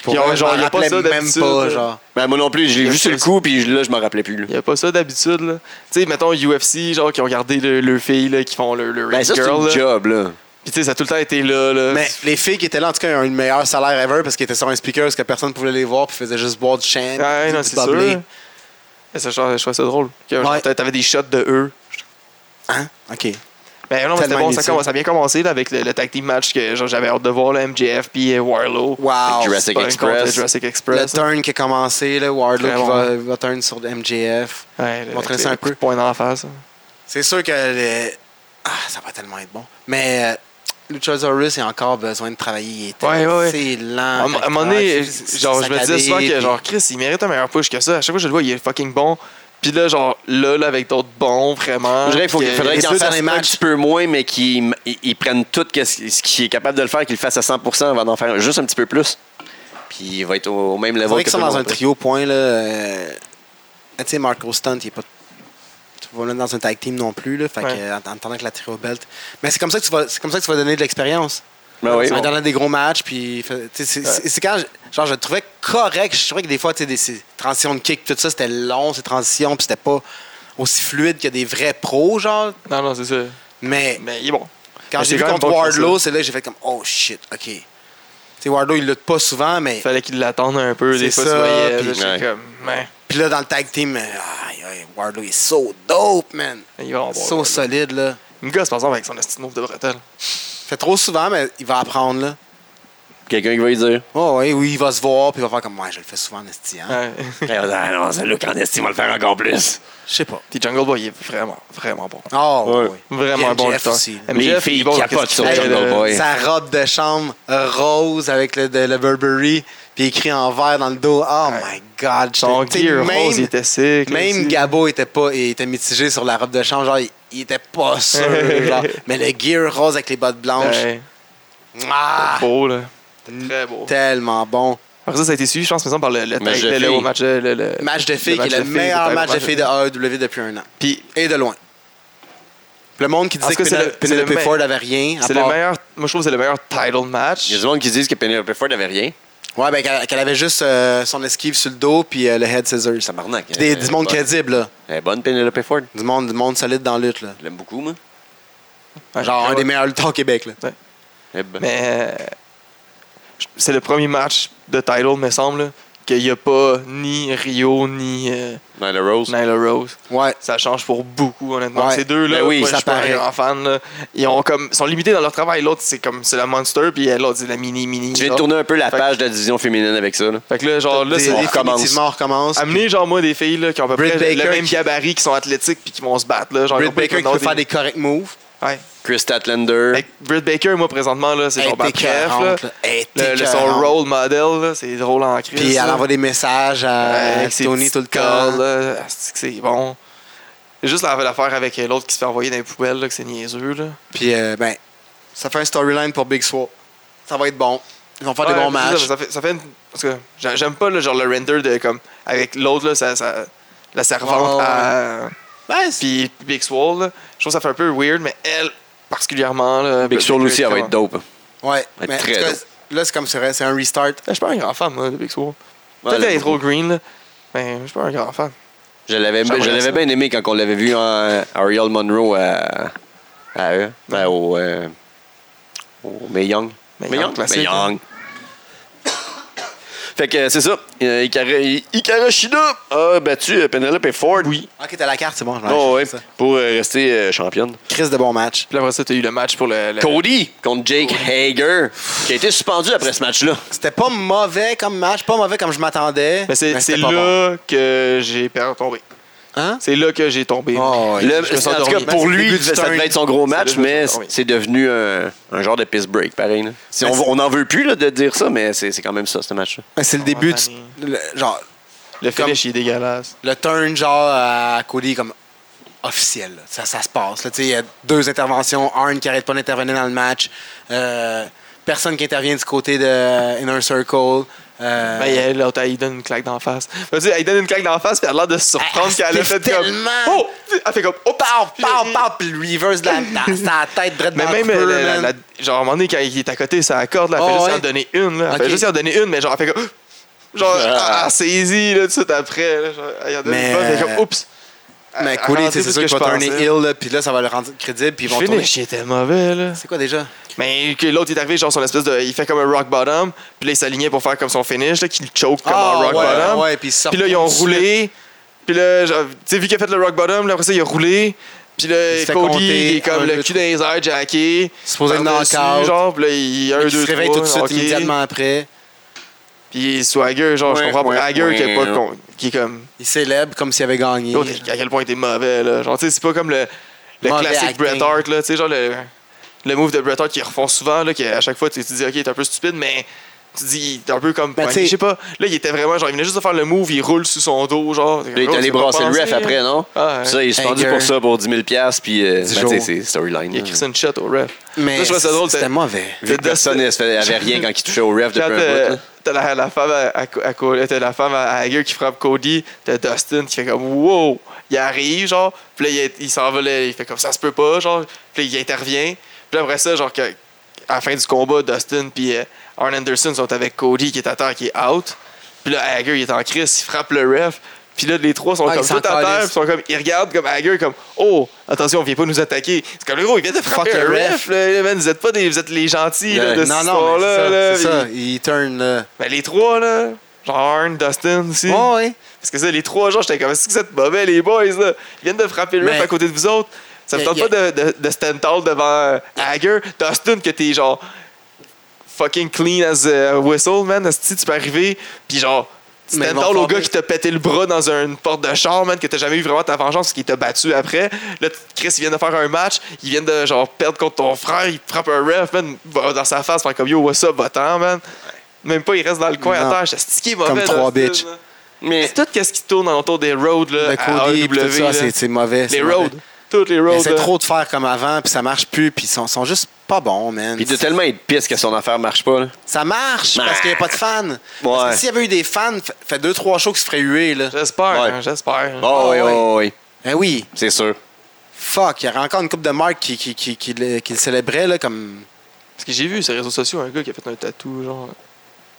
Pour
Puis on-
vrai,
genre,
je
y
m'en
a pas
rappelais
ça
même
d'habitude, euh. là.
pas, genre.
Ben, moi non plus, j'ai
Il y a
vu sur le
ça
coup, puis là, je m'en rappelais plus. là.
Il n'y a pas ça d'habitude, là. Tu sais, mettons UFC, genre, qui ont gardé le- leurs filles, là, qui font le, le
Ben,
ring
ça, c'est
girl,
une
là.
job, là.
Puis, tu sais, ça a tout le temps été là, là.
Mais les filles qui étaient là, en tout cas, ils ont eu le meilleur salaire ever parce qu'ils étaient sur un speaker parce que personne ne pouvait les voir puis ils faisaient juste boire du champagne.
Ouais,
du
non, c'est
bubbly.
sûr. Et ça, je trouvais je trouvais ça drôle. Que, genre,
Ouais.
t'a- T'avais des shots de eux.
Hein? OK.
Mais non, mais c'était
Tellement
bon, ça,
inutile.
commence- ça a bien commencé, là, avec le, le tag team match que, genre, j'avais hâte de voir, là, MJF puis euh, Warlow.
Wow.
Jurassic
Pas un
Express.
contre le Jurassic
Le
Express.
turn qui a commencé, là, Wardlow
Très
qui
bon.
va, va turn sur MJF.
Ouais,
Montrer
avec
ça un
les coups
peu.
de poing dans la face.
C'est sûr que les- ah, ça va tellement être bon. Mais euh, Luchasaurus a encore besoin de travailler. Il est
Ouais, ouais, ouais.
assez lent.
À un à un moment donné,
C'est-
genre, je me disais
saccadé,
souvent que
puis-
genre, Chris, il mérite un meilleur push que ça. À chaque fois que je le vois, il est fucking bon. Puis là, genre, là, là avec d'autres bons, vraiment.
Je dirais qu'il faut-
que-
faudrait
les
qu'il en
deux
fasse
derniers
un
matchs-
petit peu moins, mais qu'il il- il prenne tout que ce ce qu'il est capable de le faire, qu'il le fasse à 100 avant d'en faire juste un petit peu plus. Puis il va être au, au même
C'est
level
vrai
que
qu'ils sont
tout le
dans un
monde.
trio point. Là, euh, tu sais, Marco Stunt, il n'est pas tu vois, là, dans un tag team non plus. Là, fait que,
Ouais.
euh, en, en attendant que la trio belt. Mais c'est comme, ça que tu vas- c'est comme ça que tu vas donner de l'expérience.
Ben oui.
tu vas donner des gros matchs. Puis, fait- tu sais, c'est c'est- c'est quand je- genre, je le trouvais correct. Je trouvais que des fois, tu sais, des- ces transitions de kick, tout ça, c'était long, ces transitions. Puis c'était pas aussi fluide que des vrais pros, genre.
Non, non, c'est ça.
Mais
Mais il est bon.
quand
Mais
j'ai
c'est
vu
quand même
contre
bon que
Wardlow,
ça.
c'est là que j'ai fait comme, oh shit, OK. Tu sais, Wardlow, il lutte pas souvent, mais.
Il fallait qu'il l'attende un peu. Des
C'est
fois, tu
ça,
voyais. là,
puis-
j'étais
Ouais.
comme, man,
Puis là, dans le tag team, euh, aïe, aïe, Wardlow est so dope, man.
il va en boire.
So solide, là.
Une gosse, par exemple, avec son estime de bretelle.
Fait trop souvent, mais il va apprendre, là.
Quelqu'un qui va lui dire.
Oh, oui, oui, il va se voir, puis il va faire comme, ouais, je le fais souvent en esti, hein.
Ouais.
ah non, c'est Luke en estime, on va le faire encore plus.
Je sais pas.
Puis Jungle Boy, il est vraiment, vraiment bon.
Oh,
Ouais.
oui.
Vraiment
Puis
un bon
MJF
lutteur.
aussi.
MJF,
Les
il est
filles
bon,
capotent
qu'est-ce
sur
qu'il fait,
Jungle
là?
Boy. Ouais.
Sa robe de chambre rose avec le, de- le Burberry, puis écrit en vert dans le dos. Oh
Ouais.
my God.
Son
T'sais,
gear
même-
rose, il était sick. là,
Même
aussi.
Gabo était pas, il était mitigé sur la robe de chambre, genre il, il était pas sûr, genre. Mais le gear rose avec les bottes blanches,
Ouais,
ah,
Beau, là. Très beau.
tellement bon.
Après ça, ça a été suivi, je pense, par exemple, par le, le,
Match de
le- le- le
filles.
match de le- le-
Match de filles
match
qui est le
filles,
meilleur
le
match de
match
filles de AEW depuis un an.
Puis,
Et de loin. Le monde qui
En
disait
tout cas,
que
c'est le-
Penelope
c'est le
Penelope
me-
Ford avait rien. à
c'est le
part-
meilleur. Moi, je trouve que c'est le meilleur title match.
Il y a du monde qui disent que Penelope Ford n'avait rien.
Ouais, ben, qu'elle qu'elle avait juste euh, son esquive sur le dos puis euh, le head scissors.
Ça m'arnaque. hein.
Puis Des, du monde crédible, là.
Elle est bonne, Penelope Ford.
Du monde, du monde solide dans la lutte, là.
Je l'aime beaucoup, moi.
Ouais,
Genre un
ouais.
des meilleurs lutteurs au Québec, là.
Elle est bonne.
Mais euh, c'est le premier match de title, me semble, qu'il n'y a pas ni Rio ni euh,
Nyla Rose.
Nyla Rose.
Ouais.
Ça change pour beaucoup, honnêtement.
Ouais.
Ces deux-là,
Ben oui,
moi,
ça
je suis pas un
paraît.
grand fan. là. Ils ont comme, sont limités dans leur travail. L'autre, c'est comme c'est la monster, puis euh, l'autre, c'est la mini-mini.
Tu viens de tourner un peu la
Fait-
page de la division féminine avec ça. là.
Fait que là, genre, Oh, là,
Des-
c'est
on recommence.
définitivement, on recommence.
Amener genre moi des filles là, qui ont à peu
Britt
près le
Baker
même
qui-
gabarit, qui sont athlétiques puis qui vont se battre. Là, genre, ils
Britt
ont pas
Baker qui
comme
peut
des-
faire des corrects moves.
Ouais.
Chris Statlander.
Fait que Britt Baker, moi présentement, là, c'est
Elle
genre ma
était
préf, là.
écœurante, là. Elle était
Le, le- son
écœurante.
role model, là, c'est drôle en crise.
Puis elle
là.
envoie des messages à
Avec ses
euh, Tony
petites
tout le
calls,
temps.
là. Asti que C'est bon. C'est juste la- l'affaire avec euh, l'autre qui se fait envoyer dans les poubelles, là, que c'est niaiseux. Là.
Puis, euh, ben, ça fait un storyline pour Big Swap. Ça va être bon. Ils vont faire des
Ouais,
bons
c'est ça,
matchs.
Ça fait, ça fait une- Parce que j'a- j'aime pas le, genre, le render de, comme, avec l'autre, là, ça, ça- la servante
Ouais, ouais,
à.
Ouais, c'est-
Puis Big Swole, là, je trouve que ça fait un peu weird, mais elle, particulièrement. Là,
Big Soul aussi, elle va être
dope.
dope.
ouais.
va être
Mais en tout
très
cas,
drôle.
là, c'est comme c'est c'est un restart.
Je suis pas un grand fan, moi, de Big Swole.
Ouais,
Peut-être
elle
qu'elle
est
est trop green, là. Mais je suis pas un grand fan.
Je l'avais,
J'aimerais
je l'avais
ça.
bien aimé quand on l'avait vu en Ariel Monroe à, à eux. Ben, au, euh, au Mae Young.
Mae
Mae
Young,
Young.
classique.
Mae Young. fait que euh, c'est ça. Euh, Ikara, I- Ikara Shida a battu euh, Penelope Ford. Oui.
Ok, t'as la carte, c'est bon. je vais
Oh,
aller
ouais,
chercher ça.
pour euh, rester euh, championne.
Chris de bon match.
Puis après ça, t'as eu le match pour le. le-
Cody contre Jake Hager, qui a été suspendu après ce match-là.
C'était pas mauvais comme match, pas mauvais comme je m'attendais.
Mais c'est c'est
c'était
là
pas bon.
que j'ai perdu tombé.
Hein?
C'est là que j'ai tombé.
Oh, ouais.
Le-
Je me suis
en tout cas,
endormi.
pour
Ben, c'est le
lui,
début du
ça
turn.
devait être son gros
C'est
match,
le début
mais
du turn, oui.
c'est devenu un, un genre de piss break, pareil. là. Si
Ben,
on,
c'est-
on en veut plus là, de dire ça, mais c'est c'est quand même ça, ce match-là.
Mais c'est le début du.
tanné.
le- genre,
Le finish, il est dégueulasse.
le turn, genre, à Cody, comme officiel. là. Ça, ça se passe. là. Tu sais, Il y a deux interventions. Arn qui arrête pas d'intervenir dans le match. Euh, personne qui intervient du côté de Inner Circle. Euh,
Ben, elle, l'autre, elle lui donne une claque d'en face. Ben, tu sais, elle lui donne une claque d'en face, puis elle a l'air de se surprendre
Elle-
qu'elle a
elle
fait
fait
comme.
Ah, tellement.
Oh! Elle fait comme. Oh, pow!
Pow, pow, puis euh, le reverse de la, dans- dans la tête, drette
Mais
dans
même,
le
euh,
creux,
la- la-
man.
la- genre, à un moment donné, quand il est à côté, ça accorde, là, elle
Oh,
fait juste
ouais.
en donner une, là. Elle fait
Ok.
juste en donner une, mais genre, elle fait comme. Genre,
Ah.
ah, c'est easy, là, tout de suite après. Là, genre, elle en donne
Mais,
une bonne, elle fait
euh,
comme, oups!
Mais
Elle- elle
Cody,
a
tu sais,
rendu
c'est sûr
plus
qu'il
que
va
je
tourner
pensais.
ill, là, puis là, ça va le rendre crédible, puis ils
Le
vont tourner.
finish, il était mauvais, là.
C'est quoi déjà?
Mais que l'autre il est arrivé, genre son espèce de. Il fait comme un rock bottom, puis là il s'alignait pour faire comme son finish, là, qu'il choke comme
Ah,
un rock
ouais,
bottom.
ouais, puis il sort
Puis là ils ont
tout de
roulé, puis là, genre, tu sais, vu qu'il a fait le rock bottom, là, après ça il a roulé, puis là
Il se fait
Cody
compter,
il est comme
un,
le
deux,
cul dans les airs, jacké.
Supposé être
par-dessus,
knock-out.
Genre, puis là il y a un,
Il
deux,
se réveille tout de suite,
trois, ok.
immédiatement après.
Puis Swagger, genre, je
Ouais,
comprends
ouais,
pas. Hager qui est pas
ouais.
con- qui est comme.
Il célèbre comme s'il avait gagné.
L'autre, à quel point il était mauvais, là. Genre, tu sais, c'est pas comme le, le
Mauvais
classique
acting.
Bret Hart, là. Tu sais, genre, le, le move de Bret Hart qu'ils refont souvent, là, qu'à chaque fois, tu tu te dis, OK, t'es un peu stupide, mais tu dis, t'es un peu comme.
Ben,
poigné.
tu sais-
je sais pas. Là, il était vraiment, genre, il venait juste de faire le move, il roule sous son dos, genre.
Là, il est allé brasser le ref après, non?
Ah, ouais.
Ça, il est suspendu
Hager.
pour ça, pour 10 000 puis euh, ben, tu
jours.
sais, c'est storyline.
Il a
là.
crissé une shot au ref.
Mais
Là, je trouve ça drôle,
c'était
t'as-
mauvais.
Vu que personne ne se fait- avait rien quand il touchait au ref depuis
Quand
un bout.
euh,
là.
t'as la, la femme à, à, Co- à Co- t'as la femme à Hager qui frappe Cody, t'as Dustin qui fait comme wow, il arrive genre, puis là il, est- il s'en va là, il fait comme ça se peut pas genre, puis là, il intervient, puis là, après ça genre que, à la fin du combat Dustin puis euh, Arn Anderson sont avec Cody qui est à terre qui est out, puis là Hager il est en crise, il frappe le ref. Puis là, les trois sont
Ah,
comme
ils
tout à
s'en
terre,
calissent.
puis sont comme, ils regardent comme Hager, comme, oh, attention, on vient pas nous attaquer. C'est comme, le gros, il vient de frapper
Fuck
un
le
ref,
ref.
là, man, vous êtes pas des, vous êtes les gentils, là,
Ouais.
de cette
Euh, Non, non, mais c'est
histoire-là,
ça,
là.
c'est ça. Il turn. là.
Ben, les trois, là. Genre Arn, Dustin aussi.
Ouais, ouais.
Parce que ça, les trois, genre, j'étais comme, est-ce que vous êtes mauvais, les boys, là? Ils viennent de frapper le
Mais-
ref à côté de vous autres. Ça me
Mais
tente
y
pas
a-
de, de, de stand tall devant euh, Hager. Dustin, que t'es genre fucking clean as a whistle, man. Si tu peux arriver, puis genre,
Mais ils
stand
vont
tall au
former.
gars qui t'a pété le bras dans une porte de char, man, que t'as jamais eu vraiment ta vengeance parce qu'il t'a battu après. Là, t- Chris, il vient de faire un match, il vient de genre perdre contre ton frère, il frappe un ref, man, va dans sa face, faire comme yo, what's up, va-t'en, man. Même pas, il reste dans le coin
Non.
à terre. J'étais stické, mauvais.
Comme trois
Dustin,
bitches.
là.
Mais
C'est tout qu'est-ce qui tourne autour des roads là,
Le
à
Cody, puis tout
AEW,
ça,
Euh, là.
c'est- c'est mauvais. c'est
les
mauvais.
roads, toutes les
Mais
roads. euh.
c'est
là.
trop de faire comme avant, puis ça marche plus, puis ils sont, sont juste pas bons, man.
il doit tellement être pisse que son affaire marche pas. là.
Ça marche parce qu'il n'y a pas de fans. Parce
Ouais.
que s'il y avait eu des fans, fait- fait deux, trois shows qui se feraient huer, là.
J'espère,
Ouais.
hein, j'espère.
Oh, oui,
Ah ouais.
oh, oui.
Ben oui,
C'est sûr.
fuck, il y aurait encore une coupe de marques qui, qui, qui, qui le, qui le célébrait, là, comme.
Parce que j'ai vu sur les réseaux sociaux un gars qui a fait un tatou genre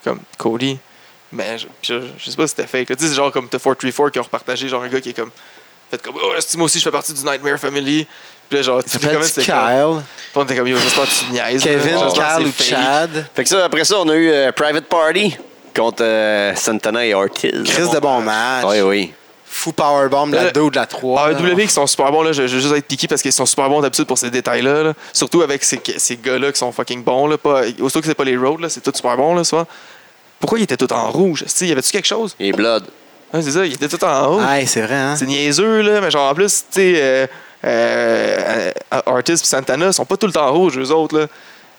comme Cody. Mais je, je, je sais pas si c'était fake. là. Tu sais, c'est genre comme The 434 qui ont repartagé genre un gars qui est comme fait comme oh, est-ce que moi aussi je fais partie du Nightmare Family. Puis là genre
Il
tu sais
s'appelle
comment c'était comme
Kyle,
Puis on était comme yo, j'espère que tu niaises. là.
Kevin,
J'espère que
Kyle
c'est
ou
fake.
Chad.
Fait que ça, après ça, on a eu euh, Private Party contre euh, Santana et Ortiz.
Chris de bon match.
Oui, oui.
Fou Powerbomb, de
Le-
la 2 ou de la 3. là.
AEW qui sont super bons, là, je, je veux juste être piqué parce qu'ils sont super bons d'habitude pour ces détails-là. là. Surtout avec ces, ces gars-là qui sont fucking bons. Là, pas, aussitôt que c'est pas les roads, là, c'est tout super bon, là, souvent. Pourquoi ils étaient tout en rouge? Il y avait-tu quelque chose?
Et Blood.
Ouais, c'est ça, ils étaient tout en rouge.
Ouais, c'est vrai, hein.
C'est niaiseux, là, mais genre en plus, tu sais, euh, euh, euh, Artis et Santana sont pas tout le temps rouges, eux autres. Là.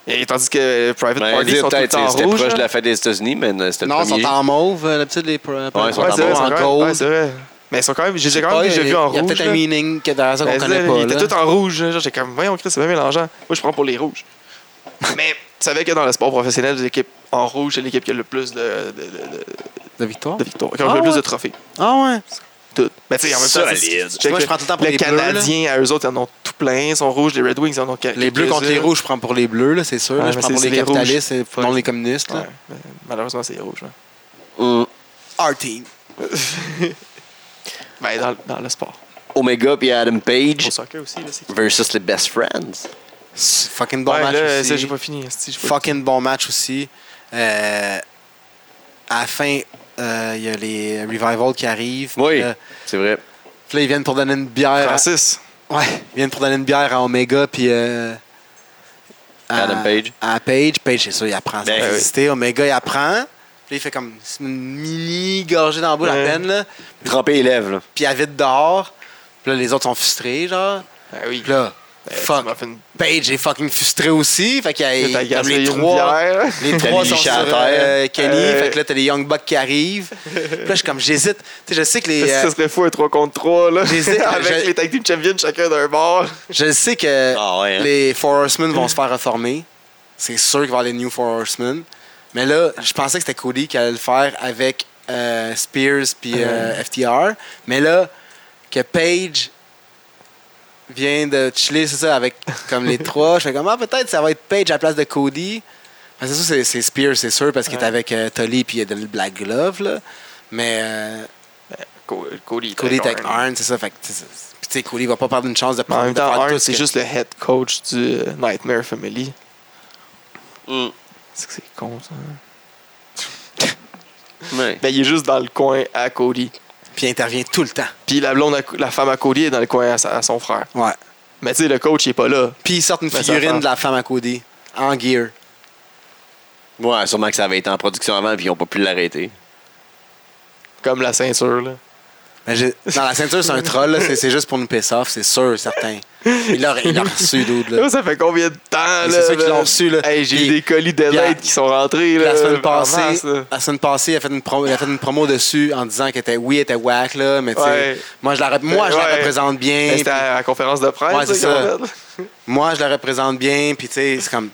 Et, tandis que Private
Ben,
Party
dire
sont tout le
peut-être,
temps
c'était
rouges.
proche de
là.
la fête des États-Unis, mais euh, c'était le
Non, ils
premier.
sont en mauve, euh, d'habitude, les. pro-
Ouais, ils sont
Ouais,
en
c'est vrai,
mauve,
c'est
en
vrai.
gold.
Ouais, c'est vrai. Mais ils sont quand même, j'ai j'ai quand
Ouais,
même déjà vu en
Il y a
rouge.
peut-être
là.
un meaning que derrière ça qu'on
Ben,
connaît
là,
pas.
il était
là.
tout en rouge. là. J'étais comme, voyons, Chris, c'est bien mélangeant. Moi, je prends pour les rouges. Mais tu savais que dans le sport professionnel, l'équipe en rouge, c'est l'équipe qui a le plus de, de, de, de-
De victoire?
de victoires, qui a
Ah
le plus
ouais?
de trophées.
Ah ouais.
toutes. Mais tu sais, en même temps,
Solide.
c'est- c'est-
Moi, je prends tout le temps pour
le
les bleus, là.
Canadien, à eux autres, ils en ont tout plein. Ils sont rouges, les Red Wings, ils en ont
Les bleus contre les rouges, je prends pour les bleus, là, c'est sûr. là.
Ouais,
je
mais
prends
c'est-
pour les
c'est les
capitalistes, et
Fuck.
non les communistes.
Ouais,
là.
mais malheureusement, c'est les rouges. hein.
Hum.
Our team.
Ben, dans, dans le sport.
Omega puis Adam Page
Au soccer aussi, là, c'est qui?
versus les Best Friends.
C'est Fucking bon
Ouais,
match
là, ça,
aussi.
j'ai pas fini. esti, j'ai pas-
Fucking bon match aussi. Euh, à la fin, euh, il y a les Revival qui arrivent.
Oui,
Euh,
c'est vrai.
puis là, ils viennent pour donner une bière. à-
Francis.
Ouais, ils viennent pour donner une bière à Omega puis euh, à
Adam Page.
À Page. Page, c'est sûr, il apprend
Ben
sa
oui.
nécessité. Omega, il apprend. Puis là, il fait comme une mini gorgée dans la boule à
Ouais.
peine. Là.
Tremper les lèvres. là.
Puis elle vide dehors. Puis là, les autres sont frustrés, genre.
Ah oui.
Puis là,
Ben, tu
fuck.
m'as fait une-
Page est fucking frustré aussi. Fait qu'il y a
t'as
il- comme
gaspillé
les
une
trois.
bière.
Les
T'as
trois
les
sont
lichés
sur
à terre.
euh, Kenny.
Euh.
Fait que là, t'as les Young Bucks qui arrivent. Puis là, je suis comme, j'hésite. Tu sais, je sais que les.
Ça
euh,
serait fou un 3 contre 3 là.
J'hésite,
Avec
je-
les tag team champions chacun d'un bord.
Je sais que
Ah ouais, hein?
les Four Horsemen
Mm.
vont se faire reformer. C'est sûr qu'il va y avoir les New Four Horsemen. Mais là, je pensais que c'était Cody qui allait le faire avec euh, Spears puis
Ah,
euh, FTR. Mais là, que Paige vient de chiller, c'est ça, avec comme les trois, je fais comme, ah, peut-être ça va être Paige à la place de Cody. Mais c'est sûr, c'est- c'est Spears, c'est sûr, parce qu'il
Ouais.
est avec euh, Tully puis il a donné le Black Glove. Là. Mais. euh,
Co- Cody,
Cody hein. est avec
Arn.
Arn, c'est ça. Fait que, tu sais, c'est- puis, tu sais, Cody va pas perdre une chance de
Mais en même
de
temps,
faire
Arn,
tout
c'est
que-
juste le head coach du euh, Nightmare Family. Mm.
Hum.
C'est que c'est con ça.
Ouais.
Ben, il est juste dans le coin à Cody.
Puis il intervient tout le temps.
Puis la blonde, à Co- la femme à Cody est dans le coin à, sa- à son frère.
Ouais.
Mais tu sais, le coach, il est pas là.
Puis ils sortent une
Ben, ça
figurine
part.
de la femme à Cody en gear.
Ouais, sûrement que ça avait été en production avant puis ils n'ont pas pu l'arrêter.
Comme la ceinture là. Ben,
Mais j'ai- non, la ceinture, c'est un troll. là. C'est c'est juste pour nous piss off, c'est sûr, certain. Il l'a il l'a reçu, dude. là.
Là, ça fait combien de temps là?
Mais c'est sûr qu'ils
là?
l'ont reçu, là.
Hey, j'ai
Puis-
eu des colis de
puis à-
lettres qui sont rentrés.
Puis
Là,
La semaine,
en
passée,
masse, là.
la semaine passée, il a fait une promo, il a fait une promo dessus en disant qu'elle était, oui, elle était whack, là, mais tu sais,
Ouais.
moi, je la, rep- moi, je la
Ouais.
représente bien.
Ben, C'était à la conférence de presse.
Ouais, c'est
là,
ça.
qu'on a fait.
puis moi, je la représente bien, puis tu sais, c'est comme,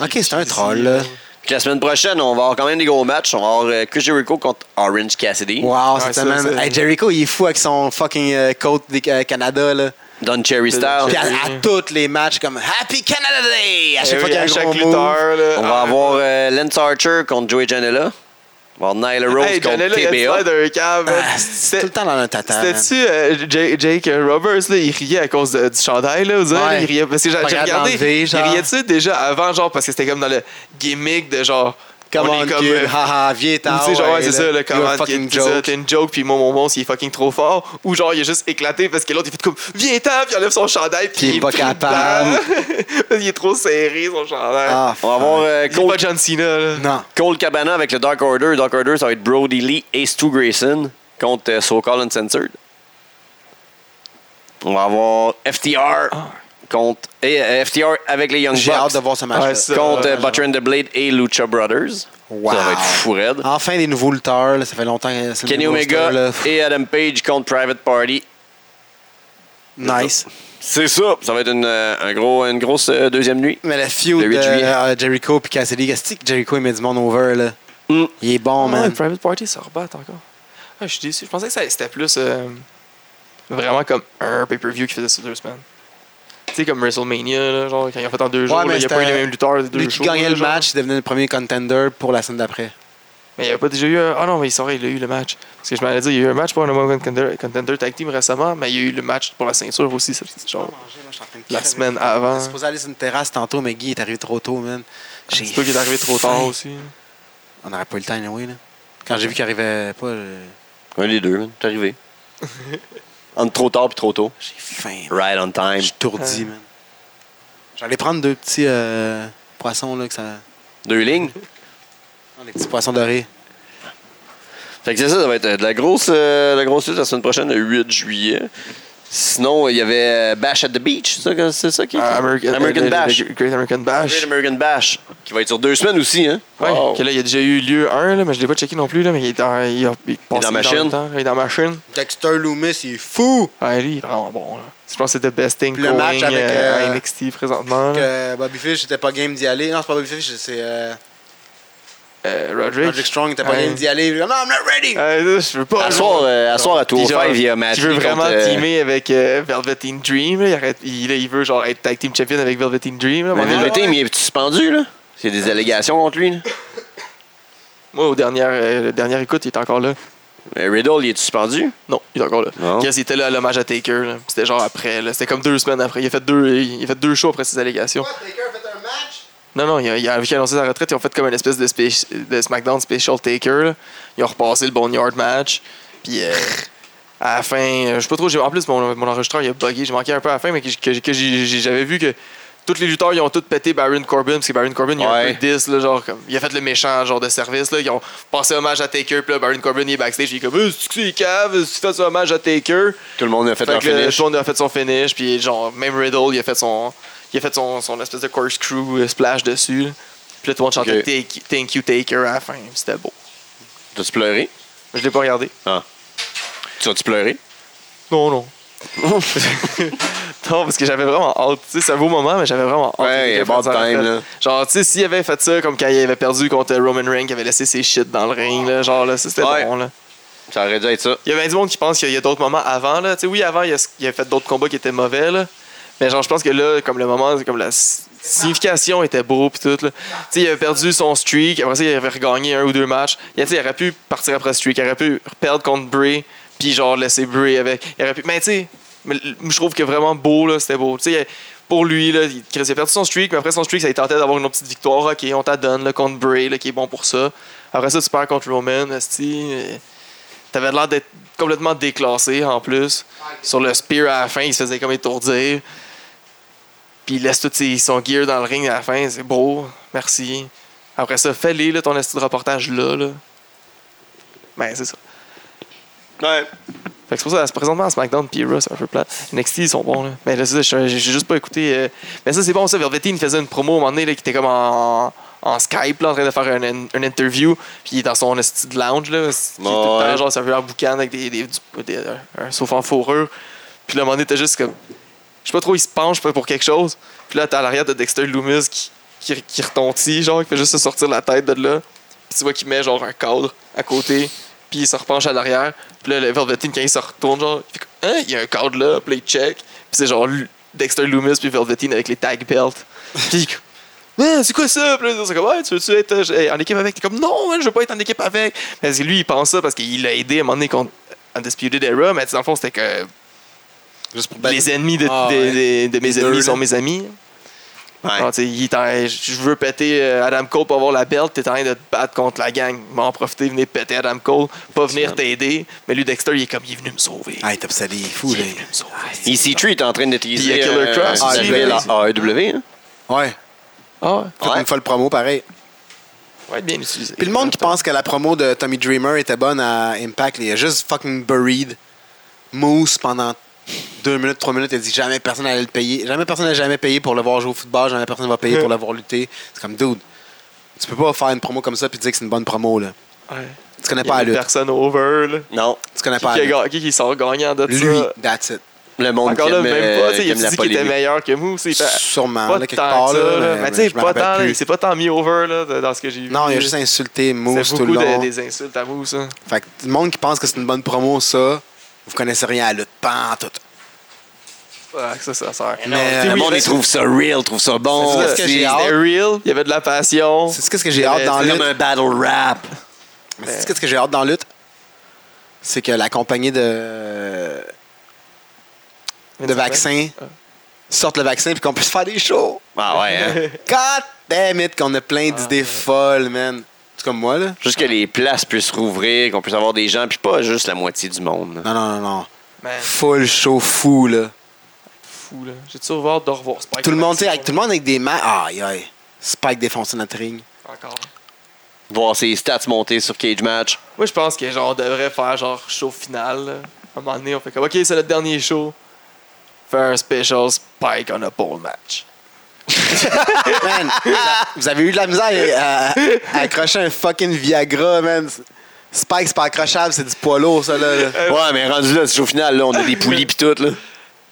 ok, c'est un troll, là.
Puis la semaine prochaine, on va avoir quand même des gros matchs. On va avoir euh, Chris Jericho contre Orange Cassidy.
Wow,
Ouais,
cette
ça,
semaine.
c'est-
Hey, Jericho, il est fou avec son fucking euh, coat des euh, Canada, là.
Don Cherry
Don
Style.
Puis à,
Cherry.
à tous les matchs, comme Happy Canada Day! À chaque
Eh oui,
fois qu'il y a
à
un
chaque
gros move.
lutteur, là.
On
Ah,
va avoir euh, Lance Archer contre Joey Janela. On va avoir Nyla Rose
Hey,
contre
Janela, il a
TBA.
l'air d'un cave.
Ah, c'est
Euh, C'était-
tout le temps dans un tata. man.
C'était-tu euh, J- Jake Roberts, là, il riait à cause de- du chandail, là, vous dire,
Ouais.
là, il riait, parce que j'ai
Pas
j'ai
capable
regardé,
d'enlever,
il
genre.
riait-tu déjà avant, genre, parce que c'était comme dans le gimmick de genre,
Come
on
on,
est comme,
kid.
euh,
Haha, viens
ou
t'en.
tu sais, genre, ouais, c'est
là.
ça, le
You're a
comment
fucking
t'es
joke.
t'es une joke, puis mon mon mon, il est fucking trop fort, ou genre, il a juste éclaté parce que l'autre, il fait comme, viens-t'en, puis il enlève son chandail,
Puis
puis
il est pas
plus dedans.
capable.
il est trop serré, son chandail.
Ah,
On va avoir euh,
C'est pas
Cole,
John Cena, là.
Non.
Cole Cabana avec le Dark Order. Dark Order, ça va être Brody Lee et Stu Grayson contre euh, SoCal Uncensored. On va avoir FTR contre et, euh, FTR avec les Young
J'ai hâte de
Bucks
voir ce match.
Ouais, ça.
contre
Euh,
euh, Butcher and the Blade et Lucha Brothers. Ça va être fou raide.
Enfin, des nouveaux lutteurs, là, ça fait longtemps que c'est Ah, le
Kenny
nouveau
Omega
roster, là.
et Adam Page contre Private Party.
Nice.
C'est ça. Ça va être une, euh, un gros, une grosse euh, deuxième nuit.
Mais la feud
Le huit
de
juillet.
euh, Jericho puis Cassidy, qu'est-ce que Jericho il met du monde over là?
Mm.
Il est bon,
Ah Ouais,
man.
le Private Party se rebat encore. Ah, je suis déçu. Je pensais que ça- c'était plus euh, vraiment comme un pay-per-view qui faisait sur deux semaines. Tu sais, comme WrestleMania, là, genre, quand ils ont fait en deux jours, là, il n'y a pas eu les mêmes lutteurs des deux
Lui qui
shows.
gagnait
là,
le
genre.
match, il devenait le premier contender pour la semaine d'après.
Mais il n'y a pas déjà eu un. Ah non, mais il sort, il a eu le match. Parce que je m'allais dire, il y a eu un match pour un number one contender, contender tag team récemment, mais il y a eu le match pour la ceinture aussi, ça, c'est genre la semaine avant.
J'étais supposé aller sur une terrasse tantôt, mais Guy est arrivé trop tôt, man. J'ai
C'est toi qui est arrivé trop
faim.
tard aussi.
On n'aurait pas eu le temps, anyway, là. Quand j'ai vu qu'il arrivait pas, euh,
Un des deux, man. t'es arrivé. Entre trop tard puis trop tôt.
j'ai faim. man.
Right on
Je
time.
suis tourdi,
Euh.
man. J'allais prendre deux petits euh, poissons, là, que ça...
Deux lignes.
Des petits poissons dorés.
Fait que c'est ça, ça va être euh, de la grosse, euh, de la grosse lutte la semaine prochaine, le 8 juillet. Sinon, il y avait euh, Bash at the Beach, c'est ça que- c'est ça qui est?
Euh, American,
American
euh, le-
Bash.
le Great American Bash.
Great American Bash, qui va être sur deux semaines aussi. Hein?
Ouais,
Wow.
que là, il y a déjà eu lieu un, là, mais je l'ai pas checké non plus, là, mais il est dans, il a, il est passé
dans
le
Machine.
temps. il est dans Machine.
Dexter Loomis, il est fou!
Ouais, lui, il est Ah, vraiment bon. Là. Je pense que c'est the best thing
Puis le
going
match avec,
euh,
euh,
à NXT présentement. là.
Que Bobby Fish n'était pas game d'y aller. Non, c'est pas Bobby Fish, c'est... euh,
euh, Roderick.
Roderick Strong t'as pas
Ouais.
rien d'y aller. Il est comme, Non, I'm not ready!
Euh, je veux pas.
À soir, euh, à soir, à
Puis
Tour
genre,
5, il y a match. euh,
Qui veut vraiment teamer avec euh, Velveteen Dream. là. Il, arrête- il- là, il veut genre être tag team champion avec Velveteen Dream. là. À un moment
Mais
donné,
Velveteen, il est suspendu, là. C'est des allégations contre lui, là.
Moi, au dernier, euh, dernière écoute, il était encore là.
Mais Riddle, il est suspendu.
Non, il est encore là.
Non.
Guess, il était là à l'hommage à Taker. là. C'était genre après. là. C'était comme deux semaines après. Il a fait deux, il a fait deux shows après ses allégations.
Taker a fait un match?
Non, non, il a, il a- vu qu'il a annoncé sa retraite, ils ont fait comme une espèce de, spé- de SmackDown Special Taker. là. Ils ont repassé le Boneyard match. Puis euh, à la fin, euh, je sais pas trop, j'ai- en plus mon, mon enregistreur il a bugué, j'ai manqué un peu à la fin, mais que, que- que j'ai- j'ai- j'avais vu que tous les lutteurs ils ont tous pété Baron Corbin, parce que Baron Corbin il a
Ouais.
un peu de 10, là, genre, comme, il a fait le méchant genre de service. Là, ils ont passé hommage à Taker, puis là, Baron Corbin il est backstage, il est comme, Eh, c'est-tu que c'est cave, si tu fais hommage à Taker.
Tout le monde a fait,
Fait
leur
que le
finish.
Shawn a fait son finish, puis genre, même Riddle, il a fait son, il a fait son, son espèce de corkscrew euh, splash dessus. là. Puis là, tout le monde chantait
Ok.
Take- Thank You Taker à la fin, puis c'était beau.
T'as-tu pleuré?
Mais Je l'ai pas regardé.
Tu as-tu pleuré?
Non, non. non, parce que j'avais vraiment hâte. Tu sais, c'est un beau moment, mais j'avais vraiment hâte.
Ouais,
que
il y a
quelqu'un
pas de
fasse
time,
la fête.
là.
Genre, tu sais, s'il avait fait ça, comme quand il avait perdu contre Roman Reigns, qu'il avait laissé ses shit dans le ring, là, genre, là, ça, c'était
Ouais.
bon, là.
Ça aurait dû être ça.
Il y a bien du monde qui pense qu'il y a d'autres moments avant. Là. Tu sais, oui, avant, il a, il a fait d'autres combats qui étaient mauvais. Là. Mais genre, je pense que là, comme le moment, comme la s- signification était beau puis tout. Là. Tu sais, il avait perdu son streak. Après ça, il avait regagné un ou deux matchs. Il, tu sais, il aurait pu partir après le streak. Il aurait pu perdre contre Bray puis genre laisser Bray avec. Il aurait pu... Mais tu sais, mais l- je trouve que vraiment beau, là, c'était beau. Tu sais, il- pour lui, là, il, Chris, il a perdu son streak, mais après son streak, ça il tentait d'avoir une autre petite victoire. OK, on t'adonne là, contre Bray, là, qui est bon pour ça. Après ça, tu perds contre Roman, esti, euh, T'avais l'air d'être complètement déclassé en plus.
Ah,
Sur le spear à la fin, il se faisait comme étourdir. Puis il laisse tout ses- son gear dans le ring à la fin. C'est beau. Merci. Après ça, fais-les là, ton esti de reportage là. là. Ben, c'est ça.
Ouais.
Fait que c'est pour ça, présentement, à SmackDown puis Raw, c'est un peu plat. NXT, ils sont bons, là. Mais là, c'est ça, j'ai j'ai juste pas écouté. euh, Mais ça, c'est bon, ça. Velveteen il faisait une promo à un moment donné, là, qui était comme en, en Skype, là, en train de faire une, une interview. Puis il est dans son esti de lounge, là. c'est- qui est tout le temps,
Ouais.
genre, ça veut en boucan avec des, des, du- des- un, un sofa en fourrure. Puis là, à un moment donné, t'as juste comme. Je sais pas trop, il se penche pour quelque chose. Puis là, t'as à l'arrière de Dexter Loomis qui, qui, qui retentit, genre, qui fait juste se sortir la tête de là. Puis tu vois qu'il met genre un cadre à côté, puis il se repenche à l'arrière. Puis là, le Velveteen, quand il se retourne, genre, il fait comme, Hein, il y a un cadre là, puis là, il check. Puis c'est genre Lu- Dexter Loomis, puis Velveteen avec les tag belts. Puis il est comme, Hein, c'est quoi ça? Puis là, c'est comme, ouais, tu veux-tu être euh, en équipe avec? T'es comme, non, man, je veux pas être en équipe avec. Parce que lui, il pense ça parce qu'il l'a aidé à un moment donné contre Undisputed Era, mais tu sais, dans le fond, c'était que
Juste pour
les ennemis de,
Ah,
de-
ouais.
de- de mes
Les
ennemis
deux,
sont
là. Ah.
mes amis.
Ouais.
Alors, tu sais, il est en- je veux péter euh, Adam Cole pour avoir la belt, t'es en train de te battre contre la gang. M'en profiter, venir péter Adam Cole, pas venir t'aider. Mais lui, Dexter, il est comme, il est venu me sauver.
Ah, il tape ça, il est fou,
il
là.
est venu me sauver.
EC3 E est en train d'utiliser.
Puis il y a Killer Cross
euh,
aussi,
d'arriver
là.
à AEW. hein.
Ouais.
Ah ouais,
Faites
Ouais.
une fois le promo, pareil.
ça va être bien utilisé.
Puis le monde qui pense que la promo de Tommy Dreamer était bonne à Impact, il a juste fucking buried Moose pendant deux minutes, trois minutes. Il a dit jamais personne n'allait le payer. Jamais personne n'a jamais payé pour le voir jouer au football. Jamais personne va payer pour l'avoir lutté. C'est comme, dude, tu peux pas faire une promo comme ça puis dire que c'est une bonne promo. Là.
Ouais.
Tu connais
Il y
pas
a
la
une
lutte.
personne over, là.
Non.
Tu connais
Qui,
pas la
a
lutte.
gagné- qui- qui sort gagnant de
Lui,
ça.
that's it.
Le monde
Encore
qui
là,
aime,
même pas, tu sais, il
euh,
a
qui aime
dit qu'il
la
était
polémique.
meilleur que Moose. il fait-
Sûrement,
Pas
là,
de
quelque
temps
part.
que ça,
là,
là. Mais tu sais,
je me
pas
rappelle
tant,
plus.
il s'est pas tant mis over là, de- dans ce que j'ai vu.
Non, il a juste insulté Moose
C'est
tout
beaucoup
le
de-
long.
des insultes à Moose. hein.
Fait que le monde qui pense que c'est une bonne promo, ça, vous connaissez rien à la lutte. Pas en tout.
Ouais, ça, ça sert.
Mais, euh,
Tu sais,
Le
oui,
monde,
mais
il trouve ça real, trouve ça bon.
C'est ça, ce que
aussi.
j'ai hâte.
C'était real, il y avait de la passion.
C'est ce que j'ai
Mais
hâte dans
c'est
la
C'est
lutte.
comme un battle rap.
Mais c'est ce que j'ai hâte dans la lutte. C'est que la compagnie de, de vaccins sorte le vaccin puis qu'on puisse faire des shows.
Ah ouais, hein.
God damn it, qu'on a plein d'idées folles, man. C'est comme moi, là.
Juste que les places puissent rouvrir, qu'on puisse avoir des gens, puis pas juste la moitié du monde.
Non, non, non, non.
Man,
Full show fou, là.
fou, là. J'ai toujours hâte de revoir Spike.
Tout le monde,
Jonze,
tu sais, avec tout le monde avec des mains. Aïe, aïe. Spike défoncer notre ring.
Encore.
Voir ses stats monter sur Cage Match.
Moi, je pense que, genre, on devrait faire, genre, show final. là. À un moment donné, on fait comme, OK, c'est notre dernier show. Faire un special Spike on a pole match.
Man, vous a- vous avez eu de la misère à, à- à accrocher un fucking Viagra, man. Spike, c'est pas accrochable, c'est du poids lourd, ça, là. là.
Ouais, mais rendu là, c'est au final, là, on a des poulies pis tout, là.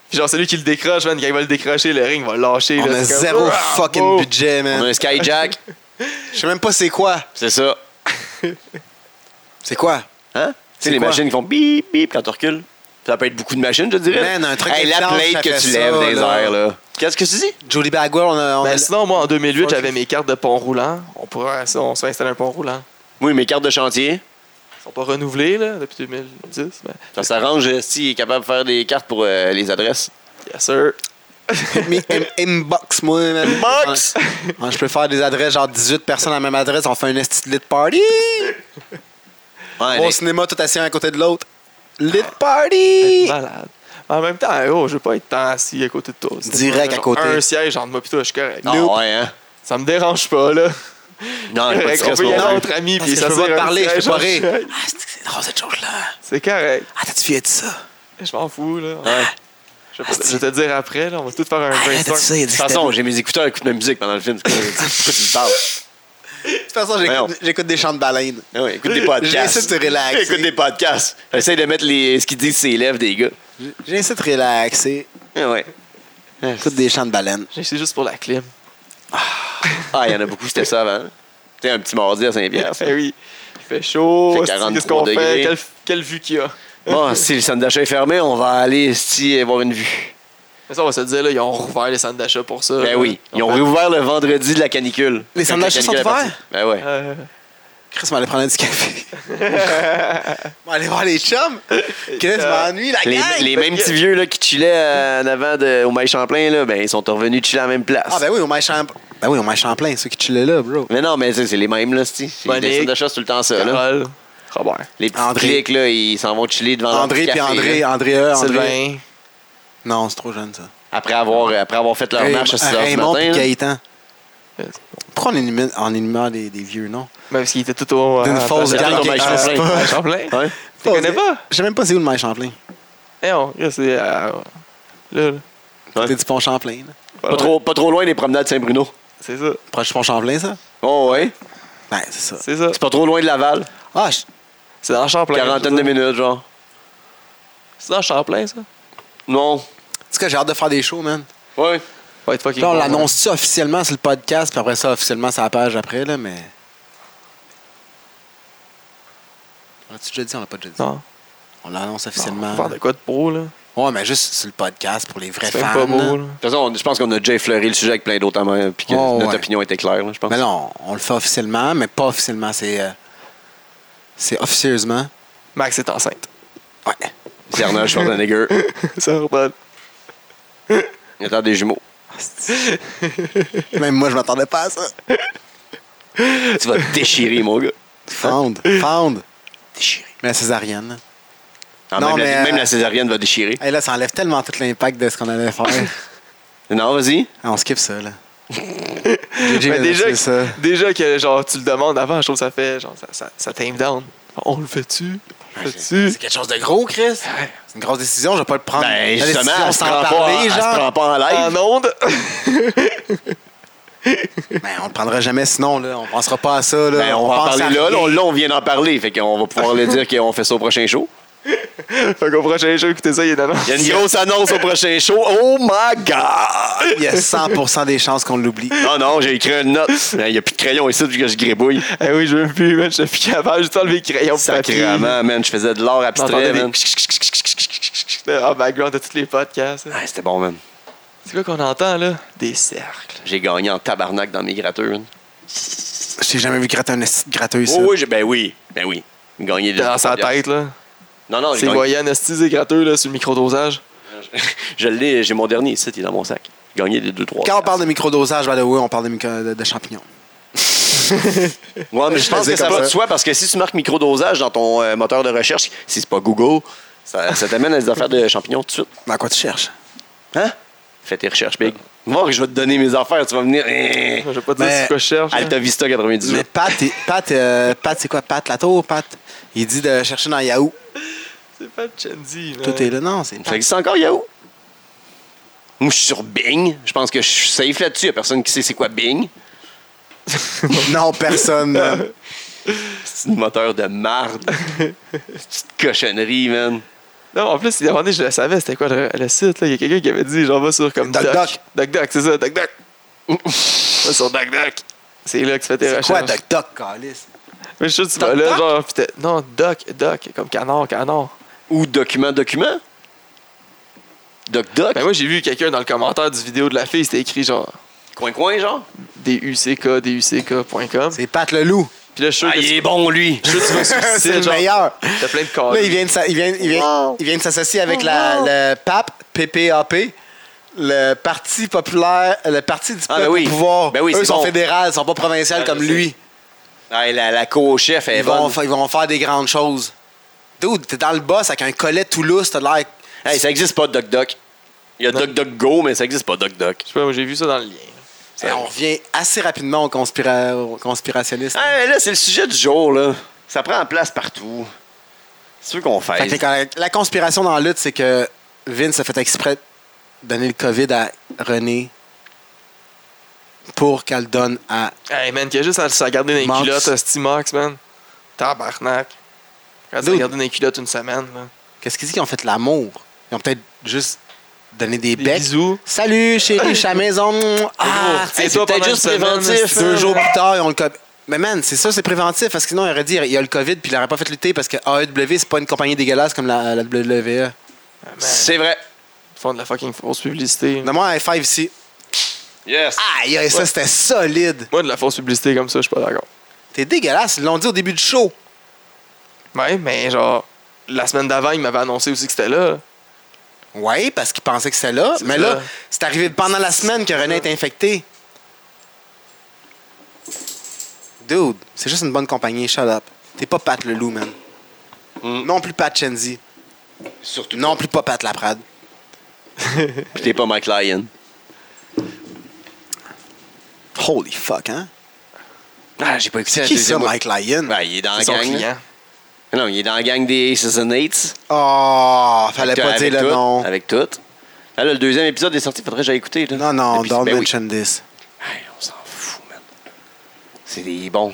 Puis, genre, celui qui le décroche, man, quand il va le décrocher, le ring va le lâcher.
On
là,
a
c'est comme,
zéro
Ah,
fucking
wow.
budget,
On a
man.
un Skyjack.
Je sais même pas c'est quoi.
C'est ça.
C'est quoi?
Hein? Tu
C'est
sais, les
quoi?
machines qui font bip, bip quand tu recules. Ça peut être beaucoup de machines, je te dirais.
Man, un truc
Hey, la
étanche, ça
plate
fait
que tu
ça,
lèves des
là.
airs, là. Qu'est-ce que tu dis?
Jody Bagwell, on a. on a-
Ben, sinon, moi, en 2008,
Fuck.
j'avais mes cartes de pont roulant. On pourrait, ça, on s'est installé un pont roulant.
Oui, mes cartes de chantier.
Ils sont pas renouvelés, là, depuis 2010. mais-
Ça s'arrange euh, s'il est capable de faire des cartes pour euh, les adresses.
Yes, sir.
Mi- im- Inbox, moi. man.
Inbox!
Ouais, je peux faire des adresses, genre 18 personnes à la même adresse, on fait un esti de lit party.
Ouais,
Au
mais-
cinéma, tout assis un à côté de l'autre. Lit party!
Malade. En même temps, oh, je veux pas être tant assis à côté de toi. C'est
Direct
genre
à côté.
Un siège entre moi pis toi, je suis correct.
Ah,
Nope.
ouais, hein?
Ça me dérange pas, là.
Non, j'ai pas de
Correct, on
stress
peut y
non
aller
plus.
entre amis
Parce
puis
que je peux
s'asseoir
pas te
un
parler, je peux
siège
pas rire.
entre amis.
Ah, c'est c'est drôle cette chose-là.
C'est correct.
Ah, t'as-tu fait de ça?
Je m'en fous, là.
Ouais.
Je vais pas- je vais te dire après, là. On va tout faire un brainstorm.
t'as-tu ça? Il y a
De
du
toute façon,
tabou.
j'ai mes écouteurs, écoute ma musique pendant le film. C'est quoi- Pourquoi tu me parles?
De toute façon,
Voyons.
j'écoute- j'écoute des chants de baleines.
Ah ouais, écoute des podcasts.
J'essaie de te relaxer.
Écoute des podcasts. Essaye de mettre les, ce qu'ils disent sur les lèvres des gars.
J'ai essayé de relaxer.
Ah ouais.
J'écoute des chants de baleines.
C'est juste pour la clim.
Ah, il y en a beaucoup, c'était ça avant. Tu sais, un petit mardi à Saint-Pierre. ça.
Eh oui. Il fait chaud.
Fait
hostie,
43
Qu'est-ce qu'on fait?
degrés.
Quelle, quelle vue qu'il y a?
Bon, si le centre d'achat est fermé, on va aller ici voir une vue.
Mais ça, on va se le dire, là, ils ont rouvert les centres d'achat pour ça.
Ben
là.
oui, ils ont
En fait,
réouvert le vendredi de la canicule.
Les
Quand
centres d'achat
la
sont
canicule est partie.
ouverts?
Ben ouais.
euh,
Chris m'allait prendre un petit café. On va aller voir les chums. Chris m'ennuie, la
Les,
gang.
les mêmes petits vieux là, qui chillaient euh, en avant de, au Maï Champlain, là, ben, ils sont revenus chiller à la même place.
Ah, ben oui, on m'a Champlain. Ben oui, on m'a Champlain, ceux qui chillaient là, bro.
Mais non, mais tu sais, c'est les mêmes, là, c'ti. C'est
Monique.
Les centres d'achat, c'est tout le temps ça. Là.
Carole, Robert,
Les petits
André.
clics, là, ils s'en vont chiller devant leur
André
petit
puis
Ah, café,
André,
là,
André E, André.
Sylvain,
Non, c'est trop jeune, ça.
Après avoir, euh, après avoir fait leur
Ray-
marche à 6 h du
Raymond puis
matin. là.
Gaëtan.
Yes.
Pourquoi on élimine, on élimine des, des vieux noms?
même s'il Ben, était tout au.
D'une
euh,
fausse
à-
garde
à-
au Mike
à-
Champlain.
à Champlain.
Ouais.
Tu connais pas?
Je sais même pas c'est où le Maï Champlain.
Eh non, là, c'est. euh, Là, là.
Côté du pont Champlain. là.
Pas trop, pas trop loin des promenades Saint-Bruno.
C'est ça,
Proche du pont Champlain, ça?
Oh ouais.
Ben, c'est ça.
c'est ça.
C'est pas trop loin de Laval.
Ah, je-
C'est dans Champlain.
Quarantaine de minutes, genre.
C'est dans Champlain, ça?
Non.
en tout cas, j'ai hâte de faire des shows, man.
Ouais.
Va être fucking.
Là, on
bon, hein.
l'annonce-tu officiellement sur le podcast, puis après ça, officiellement sur la page après, là, mais. On tu déjà dit? On l'a pas déjà dit.
Non.
On l'annonce
On
officiellement.
va faire de quoi de pro, là?
Ouais, mais juste sur le podcast pour les vrais
C'est
fans.
même pas
là.
beau, là.
De toute façon, on- je pense qu'on a déjà effleuré le sujet avec plein d'autres amants, puis que
Oh,
notre
ouais.
opinion était claire, là, je pense.
Mais non, on le fait officiellement, mais pas officiellement. C'est. euh, c'est officieusement.
Max est enceinte.
Ouais.
C'est Arnold Schwarzenegger.
ça redonne.
Il attend des jumeaux.
Même moi, je m'attendais pas à ça.
Tu vas te déchirer, mon gars.
Found. Found.
Déchirer.
Mais la césarienne. là.
Ah,
Non,
même,
mais,
la,
euh,
même la césarienne va déchirer.
Hey, là, ça enlève tellement tout l'impact de ce qu'on allait faire.
Non, vas-y.
Ah, on skip ça, là. JJ
Mais
vient de
Ben, déjà,
dire ça.
que- déjà que genre tu le demandes avant, je trouve que ça fait genre ça, ça, ça tame down. On le fait-tu? On le
C'est
fait-tu?
quelque chose de gros, Chris. C'est une grosse décision, je vais pas le prendre.
Ben,
La
justement,
décision
elle se,
sans
prend pas, en-
parler,
elle se
genre.
prend pas en
Ah,
En
live.
onde?
Ben, on le prendra jamais sinon, là. On pensera pas à ça, là.
Ben, on va en
pense à
parler là.
rien.
Là, on- là, on vient d'en parler. Fait qu'on va pouvoir le dire qu'on fait ça au prochain show.
fait qu'au prochain jeu, écoutez ça, il est dans
Il y a une grosse annonce au prochain show. Oh my God!
Il y a 100% des chances qu'on l'oublie.
Non, Ah non, j'ai écrit une note. Ben, Il n'y a plus de crayon ici vu que je gribouille.
Eh oui, je veux plus, man, je suis capable, j'ai enlevé le crayon pour papier.
Sacrément, man. Je faisais de l'art abstrait,
J'entendais des
man.
En ah, background de tous les podcasts.
Ah, C'était bon, man.
C'est quoi qu'on entend là? Des cercles.
J'ai gagné en tabarnak dans mes gratteurs. man.
Je t'ai jamais vu gratter un esti de gratteux ici.
Oh, oui, j'ai- ben oui, ben oui. Gagné de
Dans sa tête là.
Non, non,
C'est
j'ai gagné-
voyant Esti et gratteux là sur le microdosage.
je l'ai, j'ai mon dernier ici, il est dans mon sac. J'ai gagné les deux, trois.
Quand on parle de microdosage, by the way, on parle de, micro- de, de champignons.
Ouais, mais je pense
faisais
que ça
comme
va de
ça.
soi parce que si tu marques microdosage dans ton euh, moteur de recherche, si c'est pas Google, ça, ça t'amène à des affaires de champignons tout de suite.
Dans Ben, quoi tu cherches?
Hein? Fais tes recherches, big. Moi, je vais te donner mes affaires, tu vas venir. eh,
Je vais pas te dire
Mais-
ce que je cherche. là.
Alta Vista 98.
Mais Pat, il- Pat, euh, Pat c'est quoi? Pat Latour? Pat? Il dit de chercher dans Yahoo.
C'est pas de Chandy. là.
Tout est là. Non, c'est...
Ça existe encore, Yahoo? Moi, je suis sur Bing. Je pense que je suis safe là-dessus. Il a personne qui sait c'est quoi Bing.
Non, personne. man.
C'est un moteur de marde. Petite cochonnerie, man.
Non, en plus, il y a un moment donné, je le savais, c'était quoi le, le site? là? Il y a quelqu'un qui avait dit, genre, va sur comme
Doc
Doc.
Doc.
Doc Doc, c'est ça, Doc Doc. va sur Doc Doc. C'est là que tu fais tes
C'est
recherches.
quoi, Doc Doc, Calis?
Mais je suis sûr que tu
Doc,
vas là,
doc?
genre, pis t'es- Non, doc, doc, comme canard, canard.
Ou document, document. Doc, doc.
Ben moi, j'ai vu quelqu'un dans le commentaire du vidéo de la fille, c'était écrit genre
coin, coin, genre.
DUCK, DUCK.com.
C'est Pat le loup.
Puis là, je suis sûr
Ah,
que
il
tu-
est bon, lui.
je suis sûr que tu vas sur le
C'est
site,
le
genre,
meilleur.
Ah,
T'as plein de
Là, il
cartes.
vient de, s'a- il vient, il vient,
Wow.
il vient de s'associer avec
Oh,
la,
wow.
le PAP, PPAP, le Parti populaire, le Parti du
Ah,
peuple
ben oui.
au pouvoir.
Ben oui,
Eux
c'est
sont
bon.
fédérales, ils sont pas provinciales
Ah,
comme
je sais.
lui.
Ah, la, la co-chef, elle est
Ils vont,
bonne.
fa- ils vont faire des grandes choses. Dude, t'es dans le boss avec un collet Toulouse, t'as l'air...
Hey, ça existe pas, Doc, doc. Il y a
Non.
Doc, doc, go, mais ça existe pas, Doc, doc.
Je sais pas, moi, j'ai vu ça dans le lien.
Eh, On revient assez rapidement aux, conspira- aux conspirationnistes.
Ah, mais là, c'est le sujet du jour, là. Ça prend en place partout. C'est sûr qu'on
Fait
fait.
que les- la, conspiration dans la lutte, c'est que Vince a fait exprès de donner le COVID à René pour qu'elle le donne à
Hey man, qu'il y a juste à se garder dans les
Max.
culottes, hostie Max, man. Tabarnak. Quand tu
Dude.
as gardé dans les culottes une semaine, là.
Qu'est-ce qu'ils disent qu'ils ont fait l'amour? Ils ont peut-être juste donné des,
Des
becs.
bisous.
Salut, chérie, je suis à la maison. Mouah. Ah,
c'est
c'est
toi
peut-être
pendant
juste
une semaine,
préventif,
là,
hein.
deux jours plus tard, ils ont le COVID. Mais man, c'est ça, c'est préventif. Parce que sinon, il aurait dit il y a le COVID, puis il n'aurait pas fait lutter parce que AEW, c'est pas une compagnie dégueulasse comme la, E. la WWE.
Ah, man,
C'est vrai.
Ils font de la fucking fausse publicité.
Donne-moi un F5 ici.
Yes.
Aïe, aïe, ça, c'était solide.
Moi, de la fausse publicité comme ça, je suis pas d'accord.
T'es dégueulasse, ils l'ont dit au début du show.
Ouais, mais genre, la semaine d'avant, ils m'avaient annoncé aussi que c'était là.
Oui, parce qu'ils pensaient que c'était là.
C'est
Mais
ça.
là, c'est arrivé pendant la semaine que René est infecté. Dude, c'est juste une bonne compagnie, shut up. T'es pas Pat Leloup, man.
Mm.
Non plus Pat Chenzi.
Surtout.
Non plus pas Pat Laprade.
Puis t'es pas Mike Lyon.
Holy fuck, hein?
Ah, j'ai pas écouté la
Qui ça,
deuxième fois.
Mike Lyon?
Ben, il est dans la
C'est son
gang. là.
client.
Non, il est dans la gang des Aces and Eights.
Oh, fallait
Avec-
pas
avec
dire le
tout,
nom.
Avec tout. Ah, Là, là, le deuxième épisode est sorti, faudrait que j'aille écouter. Là.
Non, non,
Et puis,
don't
ben oui.
mention this.
Hey, on s'en fout, man. C'est des bons.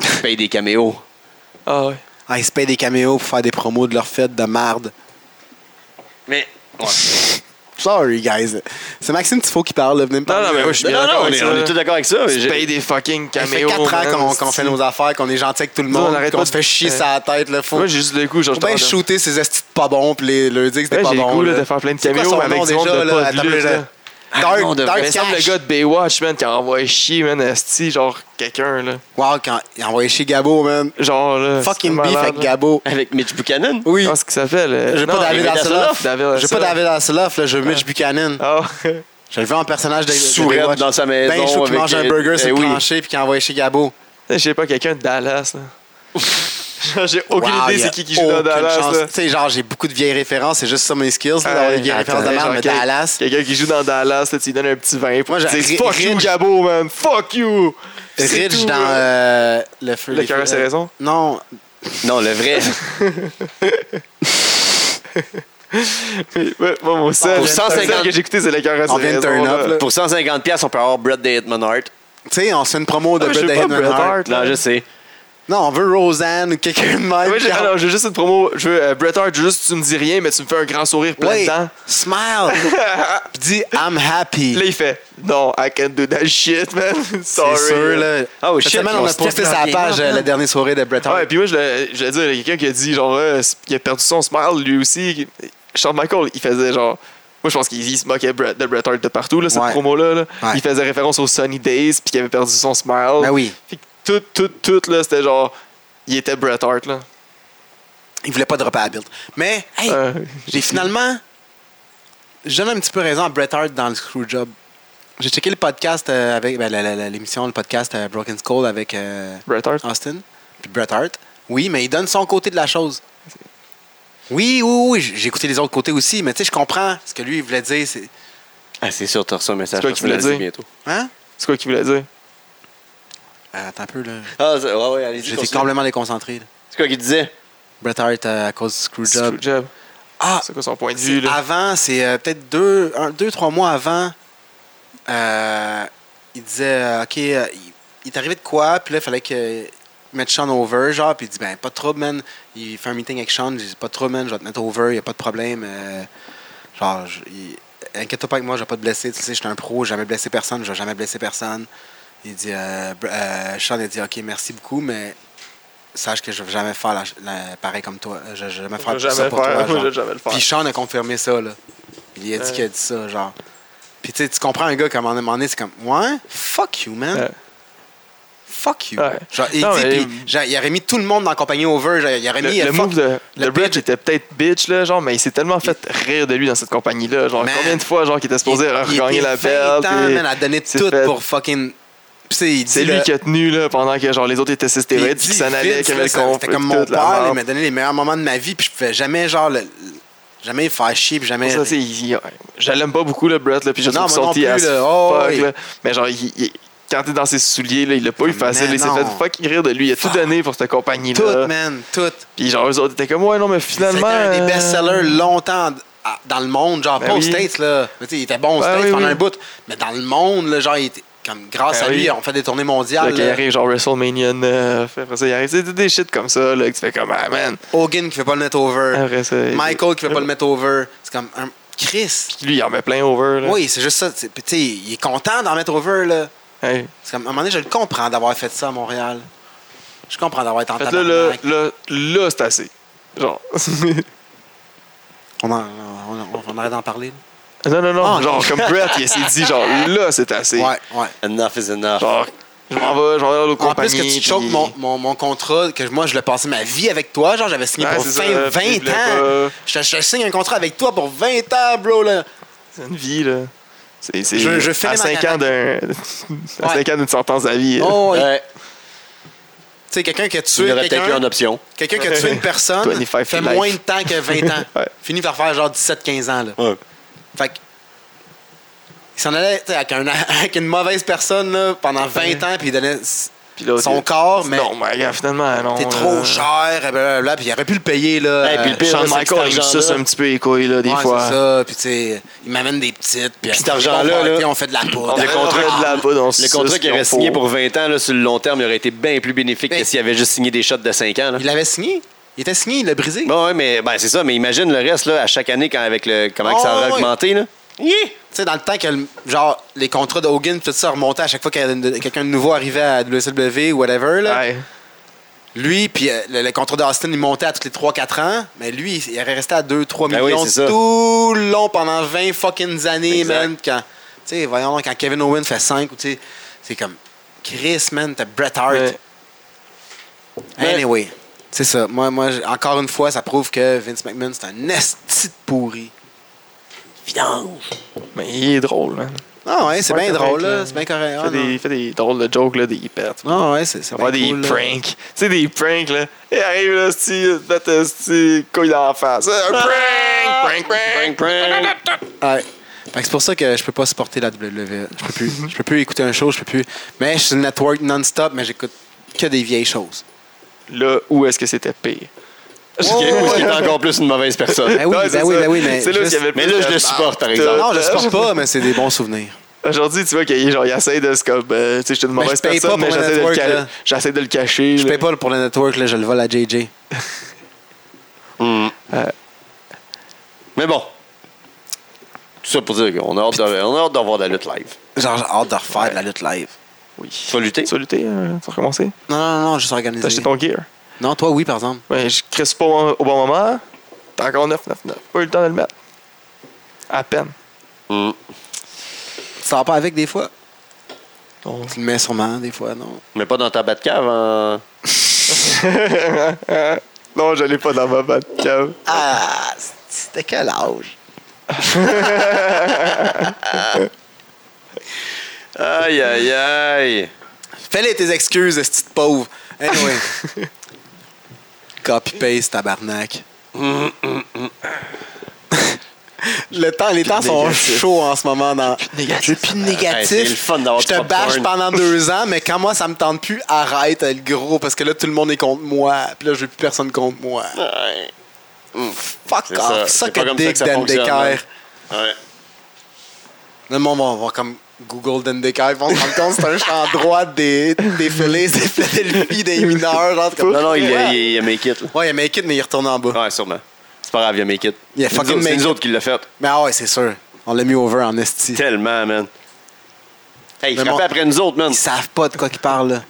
Ils payent des caméos.
Ah ouais.
Ah, ils se payent des caméos pour faire des promos de leur fête de marde.
Mais. Ouais.
Sorry, guys. C'est Maxime Tifo qui parle, là, venez
Non,
me parler.
non, mais moi, je suis
Non,
bien
non, non,
d'accord
on
avec
est,
ça.
on est tous d'accord avec ça. mais
Tu
j'ai-
payes des fucking
Ça fait
caméos.
4 ans
man,
qu'on
c'est-
qu'on fait nos affaires, qu'on est gentil avec tout le
Nous, on
monde,
arrête
qu'on
pas
se
de-
fait chier
euh,
sa tête. Là, faut,
Moi, j'ai juste le goût, genre,
faut bien
je t'en donne.
shooter ces estis de pas bons puis les, leur dire que c'était
Ouais,
pas
j'ai le
bon.
goût, là, de faire plein de
C'est quoi
caméos,
son
mais avec
nom
du monde
déjà,
de pas
là?
de
Attends,
lutte,
là.
là.
Ah,
Dark,
non, on devrait-
Mais
Dark
il semble le
Cash.
gars de Baywatch, man, qui a envoyé chier, man, esti, genre, quelqu'un, là.
Wow, quand il a envoyé chez Gabo, man.
Genre, là.
Fucking
c'est
beef
malade,
avec
là.
Gabo.
Avec Mitch Buchanan.
Oui.
Comment est-ce qu'il s'appelle? euh,
J'ai
non,
pas David
David
Hasselhoff.
David
J'ai pas
Hasselhoff.
David Hasselhoff, là. Je veux Mitch Buchanan.
Ah,
Je le veux en personnage de. de
Sourette
Baywatch.
dans sa maison.
Ben chaud qui
avec-
mange un burger
Eh
sur le
oui.
plancher puis qui a envoyé chez Gabo.
je sais pas, quelqu'un de Dallas, là. J'ai aucune
Wow,
idée
y a
c'est qui qui joue
aucune
dans Dallas,
chance.
là.
Tu sais, genre, j'ai beaucoup de vieilles références, c'est juste ça mes skills, là, d'avoir
Ouais,
des vieilles
attends,
références de merde, mais
genre,
Dallas.
quel- Quelqu'un qui joue dans Dallas, là, tu lui donnes un petit vin. Moi,
Moi, j'ai
j'ai
ri-
Fuck you,
Ridge.
Gabo, man. Fuck you. C'est
Ridge
tout,
dans
là.
euh, le feu.
Le
les
cœur a
feux-
ses raisons.
Non,
Non, le vrai.
Ouais, moi, mon seul,
Pour
le seul
150
que j'ai écouté, c'est le cœur a ses
On vient de
raisons.
turn up,
là.
là.
Pour 150$, piastres, on peut avoir Brett the Hitman Hart.
tu sais, on se fait une promo de
Ah, mais
Bret
je
the
veux pas
Hitman
Bret
Hart.
Hart.
Non, je sais.
Non, on veut Roseanne ou quelqu'un de même.
Ouais, Ah, j'ai- alors, j'ai juste une promo. Je veux, euh, Bret Hart, juste tu me dis rien, mais tu me fais un grand sourire plein
Ouais,
de temps.
smile. Puis dis I'm happy.
Là, il fait Non, I can't do that shit, man. Sorry. Ah,
C'est sûr, là.
Oh,
Cette
shit,
semaine,
ils
on
ont
a posté
step
sa
leur
page
game
euh,
up,
la dernière soirée de Bret Hart.
Ouais, puis moi, je l'ai je l'ai dit, il y a quelqu'un qui a dit, genre, euh, qui a perdu son smile, lui aussi. Shawn Michael, il faisait genre. Moi, je pense qu'il il se moquait Bret- de Bret Hart de partout, là, cette
Ouais.
promo-là. là.
Ouais.
Il faisait référence aux Sunny Days, puis qu'il avait perdu son smile.
Ben oui.
Fait que tout, tout, tout, là, c'était genre. Il était Bret Hart, là.
Il voulait pas dropper la build. Mais, hey,
Euh,
j'ai finalement. Je donne un petit peu raison à Bret Hart dans le Screwjob. J'ai checké le podcast euh, avec. ben, la- la- la- l'émission, le podcast euh, Broken Skull avec. euh,
Bret Hart.
Austin, puis Bret Hart. Oui, mais il donne son côté de la chose. Oui, oui, oui, j- j'ai écouté les autres côtés aussi, mais tu sais, je comprends ce que lui, il voulait dire. C'est...
Ah, c'est sûr, t'as reçu un message.
C'est quoi qu'il voulait
personnalisé
dire?
bientôt.
Hein?
C'est quoi qu'il voulait dire?
Euh, attends un peu, là.
Ah, c'est- ouais, ouais, allez-y.
J'étais
continue.
complètement déconcentré. là.
C'est quoi qu'il disait?
Bret Hart euh, à cause du screwjob.
Screwjob.
Ah,
C'est quoi son point de
c'est
vue, là?
avant, c'est euh, peut-être deux, un- deux, trois mois avant, euh, il disait, euh, OK, euh, il, il est arrivé de quoi? Puis là, il fallait que mette Sean over, genre, puis il dit, ben, pas de trouble, man. Il fait un meeting avec Sean, il dit, pas de trouble, man, je vais te mettre over, il n'y a pas de problème. euh, genre, je- il- inquiète-toi pas avec moi, je vais pas te blesser, tu le sais, je suis un pro, j'ai jamais blessé personne, je vais jamais blesser personne. Il dit, euh, Br- euh, Sean a dit, OK, merci beaucoup, mais sache que je ne vais jamais faire la, la- pareil comme toi. Je ne vais jamais
Je
faire
vais
ça
jamais
pour toi.
faire. Moi,
genre.
je vais jamais le faire.
Puis Sean a confirmé ça, là. Il a dit
Ouais.
qu'il a dit ça, genre. Puis tu sais, tu comprends un gars comme à un moment donné, c'est comme, ouais, fuck you, man.
Ouais.
Fuck you.
Ouais.
Genre, il
Non,
dit,
mais-
puis, genre, il aurait mis tout le monde dans la compagnie over. Genre, il aurait
Le,
mis,
le
fuck
move de,
le
de Bridge
bitch-
était peut-être bitch, là, genre, mais il s'est tellement fait rire de lui dans cette compagnie-là. Genre,
Man.
combien de fois, genre, qu'il était supposé
il- il
hein, regagner
était
la
20
belle.
ans, man, à donner
c'est
tout
fait.
pour fucking. Puis, tu sais, il
C'est
dit,
lui
là-
qui a tenu, là, pendant que, genre, les autres étaient sur
il
stéroïdes,
dit,
qui s'en allaient,
Vince,
qui avaient le
là,
conflit.
C'était comme mon père, là, il m'a donné les meilleurs moments de ma vie, puis je pouvais jamais, genre, le- jamais le faire chier, puis jamais.
Ça, c'est- il- il- je l'aime pas beaucoup, le Brett, là, puis je
Non,
trouve
moi non
sorti
plus,
à
là. Oh,
fuck,
oui. Ah,
là. Mais genre, il, il- quand t'es dans ses souliers, là, il l'a pas eu
Mais
facile. Il s'est
non.
fait fuck rire de lui. Il a tout
Fuck.
donné pour cette compagnie-là.
Tout, man, tout.
Puis genre, eux autres étaient comme, ouais, non, mais finalement.
C'était un des
euh,
best-sellers longtemps d- à- dans le monde, genre,
Ben
pas aux
oui.
States, là. Mais tu sais, il était bon aux
Ben
States
oui,
pendant
oui.
un bout, mais dans le monde, là, genre, il était- comme grâce
Ben
à lui,
oui.
on fait des tournées
Là,
mondiales.
quand il
là.
arrive genre WrestleMania 9, après ça, il arrive. C'est des shit comme ça, là, que tu fais comme, ah, man.
Hogan qui fait pas le net over.
Après ça, il-
Michael qui fait pas le net over. C'est comme un. Chris!
Lui, il en met plein over, là.
Oui, c'est juste ça. c'est- Puis, tu sais, il est content d'en mettre over, là.
Hey.
C'est comme, à un moment donné, je le comprends d'avoir fait ça à Montréal. Je comprends d'avoir été en
Fait que là, là,
tabarnak.
là, là, c'est assez. Genre.
On, en- on, on- on arrête d'en parler. là.
non, non, non.
Ah, ok.
genre, comme Brett, il s'est dit, genre, là, c'est assez.
Ouais, ouais.
Enough is enough.
Genre, je m'en vais, je m'en vais dans l'autre
En
compagnie.
plus que tu choques
puis-
mon, mon, mon contrat, que moi, je l'ai passé ma vie avec toi. Genre, j'avais signé
Ouais,
pour
c'est ça,
20, 20
puis je voulais
ans.
pas-
Je, je signe un contrat avec toi pour 20 ans, bro, là.
C'est une vie, là. C'est, c'est
Je- je finis
à
ma
5 ans d'un. à
Ouais.
5 ans d'une sentence à vie.
Oh, il-
Ouais.
Tu sais, quelqu'un qui a
Il
tué
y aurait peut-être eu
quelqu'un,
en option.
quelqu'un qui a tué une personne
25
fait
life.
moins de temps que 20 ans.
Ouais.
Fini par faire genre 17-15 ans, là. Fait que, il s'en allait tu sais, avec, un- avec une mauvaise personne là, pendant 20
Ouais.
ans, puis il donnait s-
Puis l'autre,
son
il-
corps, mais
Non, mais regarde, finalement, non.
t'es
là.
trop cher, et blablabla, puis il aurait pu le payer. Là,
Hey, puis le pire,
Shawn
c'est que
Michaels, il me
cet
suce
argent-là-
un petit peu les couilles, là, des
des
fois.
C'est ça, puis tu sais, il m'amène des petites, puis
cet argent-là, là,
on fait de la poudre.
On
Le
fait-
contrat
on fait de la poudre, on se
Le contrat
suce,
qu'il
puis
aurait
on
signé
faut-
pour 20 ans, là, sur le long terme, il aurait été bien plus bénéfique
Mais-
que s'il avait juste signé des shots de 5 ans. là.
Il l'avait signé. Il était signé, il l'a brisé.
Bon, ouais, mais ben, c'est ça, mais imagine le reste là, à chaque année quand, avec le, comment
Oh,
que ça aurait
ouais.
augmenté. Là.
Tu sais, dans le temps que le- genre, les contrats de Hogan, tout ça remontait à chaque fois que quelqu'un de nouveau arrivait à WCW ou whatever. Là,
Ouais.
Lui, puis euh, le, le contrat d'Austin, il montait à tous les 3-4 ans, mais lui, il- il aurait resté à 2-3
Ben oui,
millions
c'est ça.
tout le long pendant 20 fucking années,
Exact.
man. Quand, tu sais, voyons, quand Kevin Owen fait 5, ou tu sais, c'est comme Chris, man, t'as Bret Hart.
Ouais. Ben,
Mais-
Anyway, c'est ça. Moi, moi, j- encore une fois, ça prouve que Vince McMahon, c'est un esti de pourri.
Mais il est drôle, man.
Ah ouais, c'est
Ouais,
bien
correct,
drôle, là.
là.
C'est bien correct.
Il
Ah
fait, des,
non.
il fait des drôles de jokes, là, des pets.
Ah ouais, c'est c'est
On va
bien
des
cool, là.
pranks. Tu sais, des pranks, là. Il arrive, là, c'ti, là, t'as, c'ti, couille d'en face. Un
Ah!
prank! Prank, prank!
Ouais. Ah, Fait que c'est pour ça que je peux pas supporter la WWE. Je peux plus. Je peux plus écouter un show, je peux plus. Mais je suis sur le network non-stop, mais j'écoute que des vieilles choses.
Là, où est-ce que c'était pire?
Parce qu'il est encore plus une mauvaise personne.
Ben oui,
Ouais, c'est
ben oui,
ça.
ben oui, mais.
C'est là
juste-
qu'il y avait le
mais
plus
là, je
de
le supporte, par
marde,
exemple.
tout.
Non, je le supporte pas, mais c'est des bons souvenirs.
Aujourd'hui, tu vois qu'il est genre, il essaie de se comme. euh, tu sais, je suis une
Mais
mauvaise
Ben, je paye pas
personne,
pour
mais
le
j'essaie de, le
network,
ca-
là.
j'essaie de le cacher.
Je
là.
paye pas pour le network, là, je le vole à JJ.
Mais bon. Tout ça pour dire qu'on a hâte de- on a hâte d'avoir de la lutte live.
Genre, j'ai hâte de refaire de la lutte live.
Tu vas lutter?
Tu vas lutter, euh, tu vas recommencer.
Non, non, non, juste
T'as
organiser.
acheté ton gear.
Non, toi, oui, par exemple.
Ouais, je crisse pas au au bon moment. T'as encore 9-9-9. Pas eu le temps de le mettre. À peine.
Mm.
Tu sors pas avec des fois.
Oh.
Non.
Tu le mets sûrement, des fois, non.
Mais pas dans ta batcave. Hein?
non, je l'ai pas dans ma batte cave.
Ah, c'était quel âge?
Aïe, aïe, aïe.
Fais-les tes excuses, esti de pauvre. Anyway. Copy-paste, tabarnak. Le temps, les temps sont
négatif.
chauds en ce moment. Dans... J'ai plus de
Hey, c'est le
négatif.
fun d'avoir
je
du
te
popcorn.
bâche pendant deux ans, mais quand moi ça me tente plus, arrête le gros parce que là tout le monde est contre moi. Puis là j'ai plus personne contre moi.
Ouais.
Fuck
C'est
off.
ça.
Ah, Ça,
C'est pas
que
comme ça
dick
que ça
Dan
fonctionne, hein.
Decker.
Ouais.
Le monde va voir comme Google Dan Decker. Ils vont se rendre compte que c'est un champ droit des, des Phillies, des Philadelphie, des mineurs. Genre, c'est comme-
Non, non, il, a-
Ouais.
il, il a make it. là.
Ouais, il a make it, mais il retourne en bas.
Ouais, sûrement. C'est pas grave, il a make it.
Il a
C'est
fucking
nous autres- C'est
make
nous
it.
autres qui l'a fait.
Mais ah ouais, c'est sûr. On l'a mis over en esti.
Tellement, man. Hey, il
Mais
frappait
mon-
après nous autres, man.
Ils savent pas de quoi qu'ils parlent, là.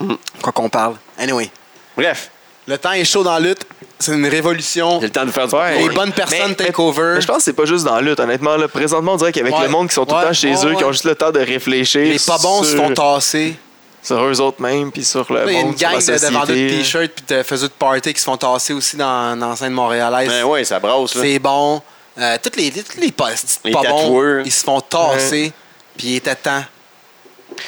Mm.
Quoi qu'on parle. Anyway,
Bref,
le temps est chaud dans la lutte. C'est une révolution.
j'ai le temps de faire du
Ouais.
Les
Mais-
bonnes personnes
mais-
take over.
Mais je pense que c'est pas juste dans la lutte, honnêtement. Là, présentement, on dirait qu'avec
Ouais.
le monde qui sont tout
Ouais,
le temps chez
ouais,
eux, qui ont
ouais.
juste le temps de réfléchir
les pas bons se
sur,
font tasser.
sur eux autres mêmes, puis sur le
Là,
monde,
Il y a
sur la
une gang de, de
société.
vendeurs de t-shirts puis de faiseux de party qui se font tasser aussi dans, dans la scène montréalaise.
Ben ouais, ça brasse, là.
C'est bon. Euh, toutes les, toutes les postes
Les
pas bons,
tatoueurs.
ils se font tasser. Puis il était temps.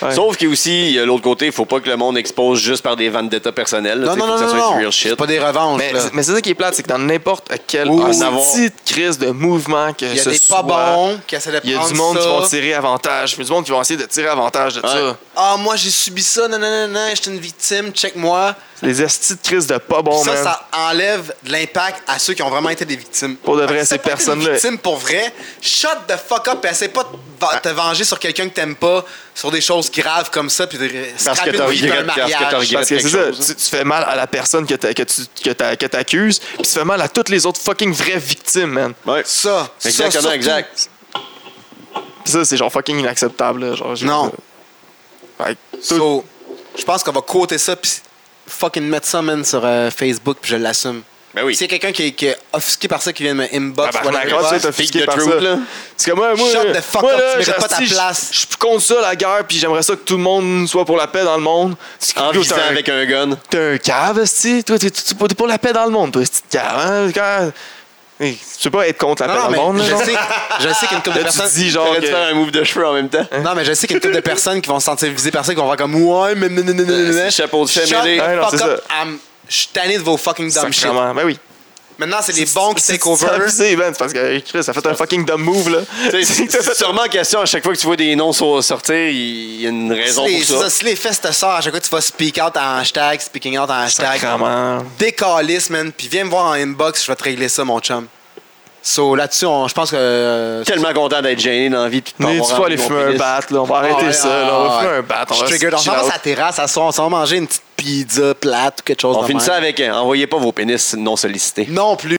Ouais.
Sauf qu'il y a aussi, il y a l'autre côté, il faut pas que le monde expose juste par des vendettas personnelles.
Non,
là, tu
non,
sais, faut
non,
que ça
non,
soit du
non.
real
C'est
shit.
pas des revanches.
Mais,
là.
mais c'est ça qui est plate, c'est que dans n'importe quelle
Ouh.
petite crise de mouvement que
Il y a
ce
des
soit,
pas bons qui essaient de
il y a
prendre
du monde
ça.
qui vont tirer avantage, mais du monde qui vont essayer de tirer avantage de
Ouais.
ça.
Ah, moi, j'ai subi ça, non, non, non, non, j'étais une victime, check-moi.
Les estis de crise de pas bons,
ça,
Oh, man.
ça enlève de l'impact à ceux qui ont vraiment été des victimes.
Pour de vrai,
Fait que si
ces
t'as pas été une
personnes-là-
victime pour vrai, shut the fuck up et essaie pas de va-
Ah.
te venger sur quelqu'un que t'aimes pas, sur des choses graves comme ça, puis de
Parce que
scraper
t'as
une vie d'un
regretté, parce que t'as
mariage.
regretté.
Parce que
quelque
c'est ça,
chose,
tu, tu fais mal à la personne que, t'a- que tu que t'a- que t'accuses, puis tu fais mal à toutes les autres fucking vraies victimes, man.
Ouais.
Ça, ça,
Exactement,
surtout.
exact.
Pis ça, c'est genre fucking inacceptable. là, Genre, j'ai-
Non.
Fait que tout-
So, je pense qu'on va quoter ça, puis fucking mettre ça, man, sur euh, Facebook, puis je l'assume.
Ben oui.
S'il y a quelqu'un qui, est- qui est offusqué par ça, qui vient de me inbox,
Tabarnak,
whatever,
comment Ah, bah, tu
ouais.
sais, t'as
speak
fusqué
the
par
truth,
ça?
là.
Parce que moi, moi,
Shut the fuck
moi,
up,
là,
tu mérites pas ta
j'assis, je-
place.
Je suis contre ça, la guerre, puis j'aimerais ça que tout le monde soit pour la paix dans le monde. C'est que-
En
Yo,
visant
t'es un-
avec un gun.
T'es un cave, esti. Toi, t'es- t'es pas t'es pour la paix dans le monde, toi, esti de cave. hein? Quand- Hey, Tu peux pas être contre la paix
Non, non,
dans le
mais
monde, là,
je,
genre?
sais, je sais qu'une couple de
Là, tu
personnes...
dis genre. hein?
T'aurais dû
que-
faire un move de cheveux en même temps.
Non, mais je sais qu'il y a une couple de personnes qui vont se sentir visées par ça, qui vont faire comme Ouais, mais non, non, non, non,
Euh,
non,
c'est
non.
le chapeau de
Shut
family.
the
Ouais, hein, non,
fuck
c'est
up. I'm- Je suis tanné de vos fucking dumb shit.
Sacrement. Ben oui.
Maintenant, c'est les bons qui
C'est-
take
C'est
over.
abusé, man. C'est parce que Chris, ça fait un fucking dumb move, là.
T'sais,
C'est que t'as
C'est
fait-
sûrement en question, à chaque fois que tu vois des noms so- sortir, il y a une
Si
raison
les,
pour
c'est ça,
ça.
si les fesses te sortent, à chaque fois, tu vas speak out en hashtag, speaking out en hashtag.
Sacrement.
Décalisse, man. Puis viens me voir en inbox, je vais te régler ça, mon chum. So, là-dessus, on- je pense que. euh,
Tellement content d'être gêné dans la vie. puis de pas
Mais tu
avoir
vas
envie
aller
de
fumer
mon
un
pénis.
bat, là. On va arrêter
Ah, ouais,
ça, là. On va fumer un bat.
Je
on va
suis
se
trigger. On
chill
s'en va
out.
à la terrasse à soir, on s'en va manger une petite pizza plate ou quelque chose
On
de
finit
même.
ça avec euh, envoyez pas vos pénis non sollicités.
Non plus.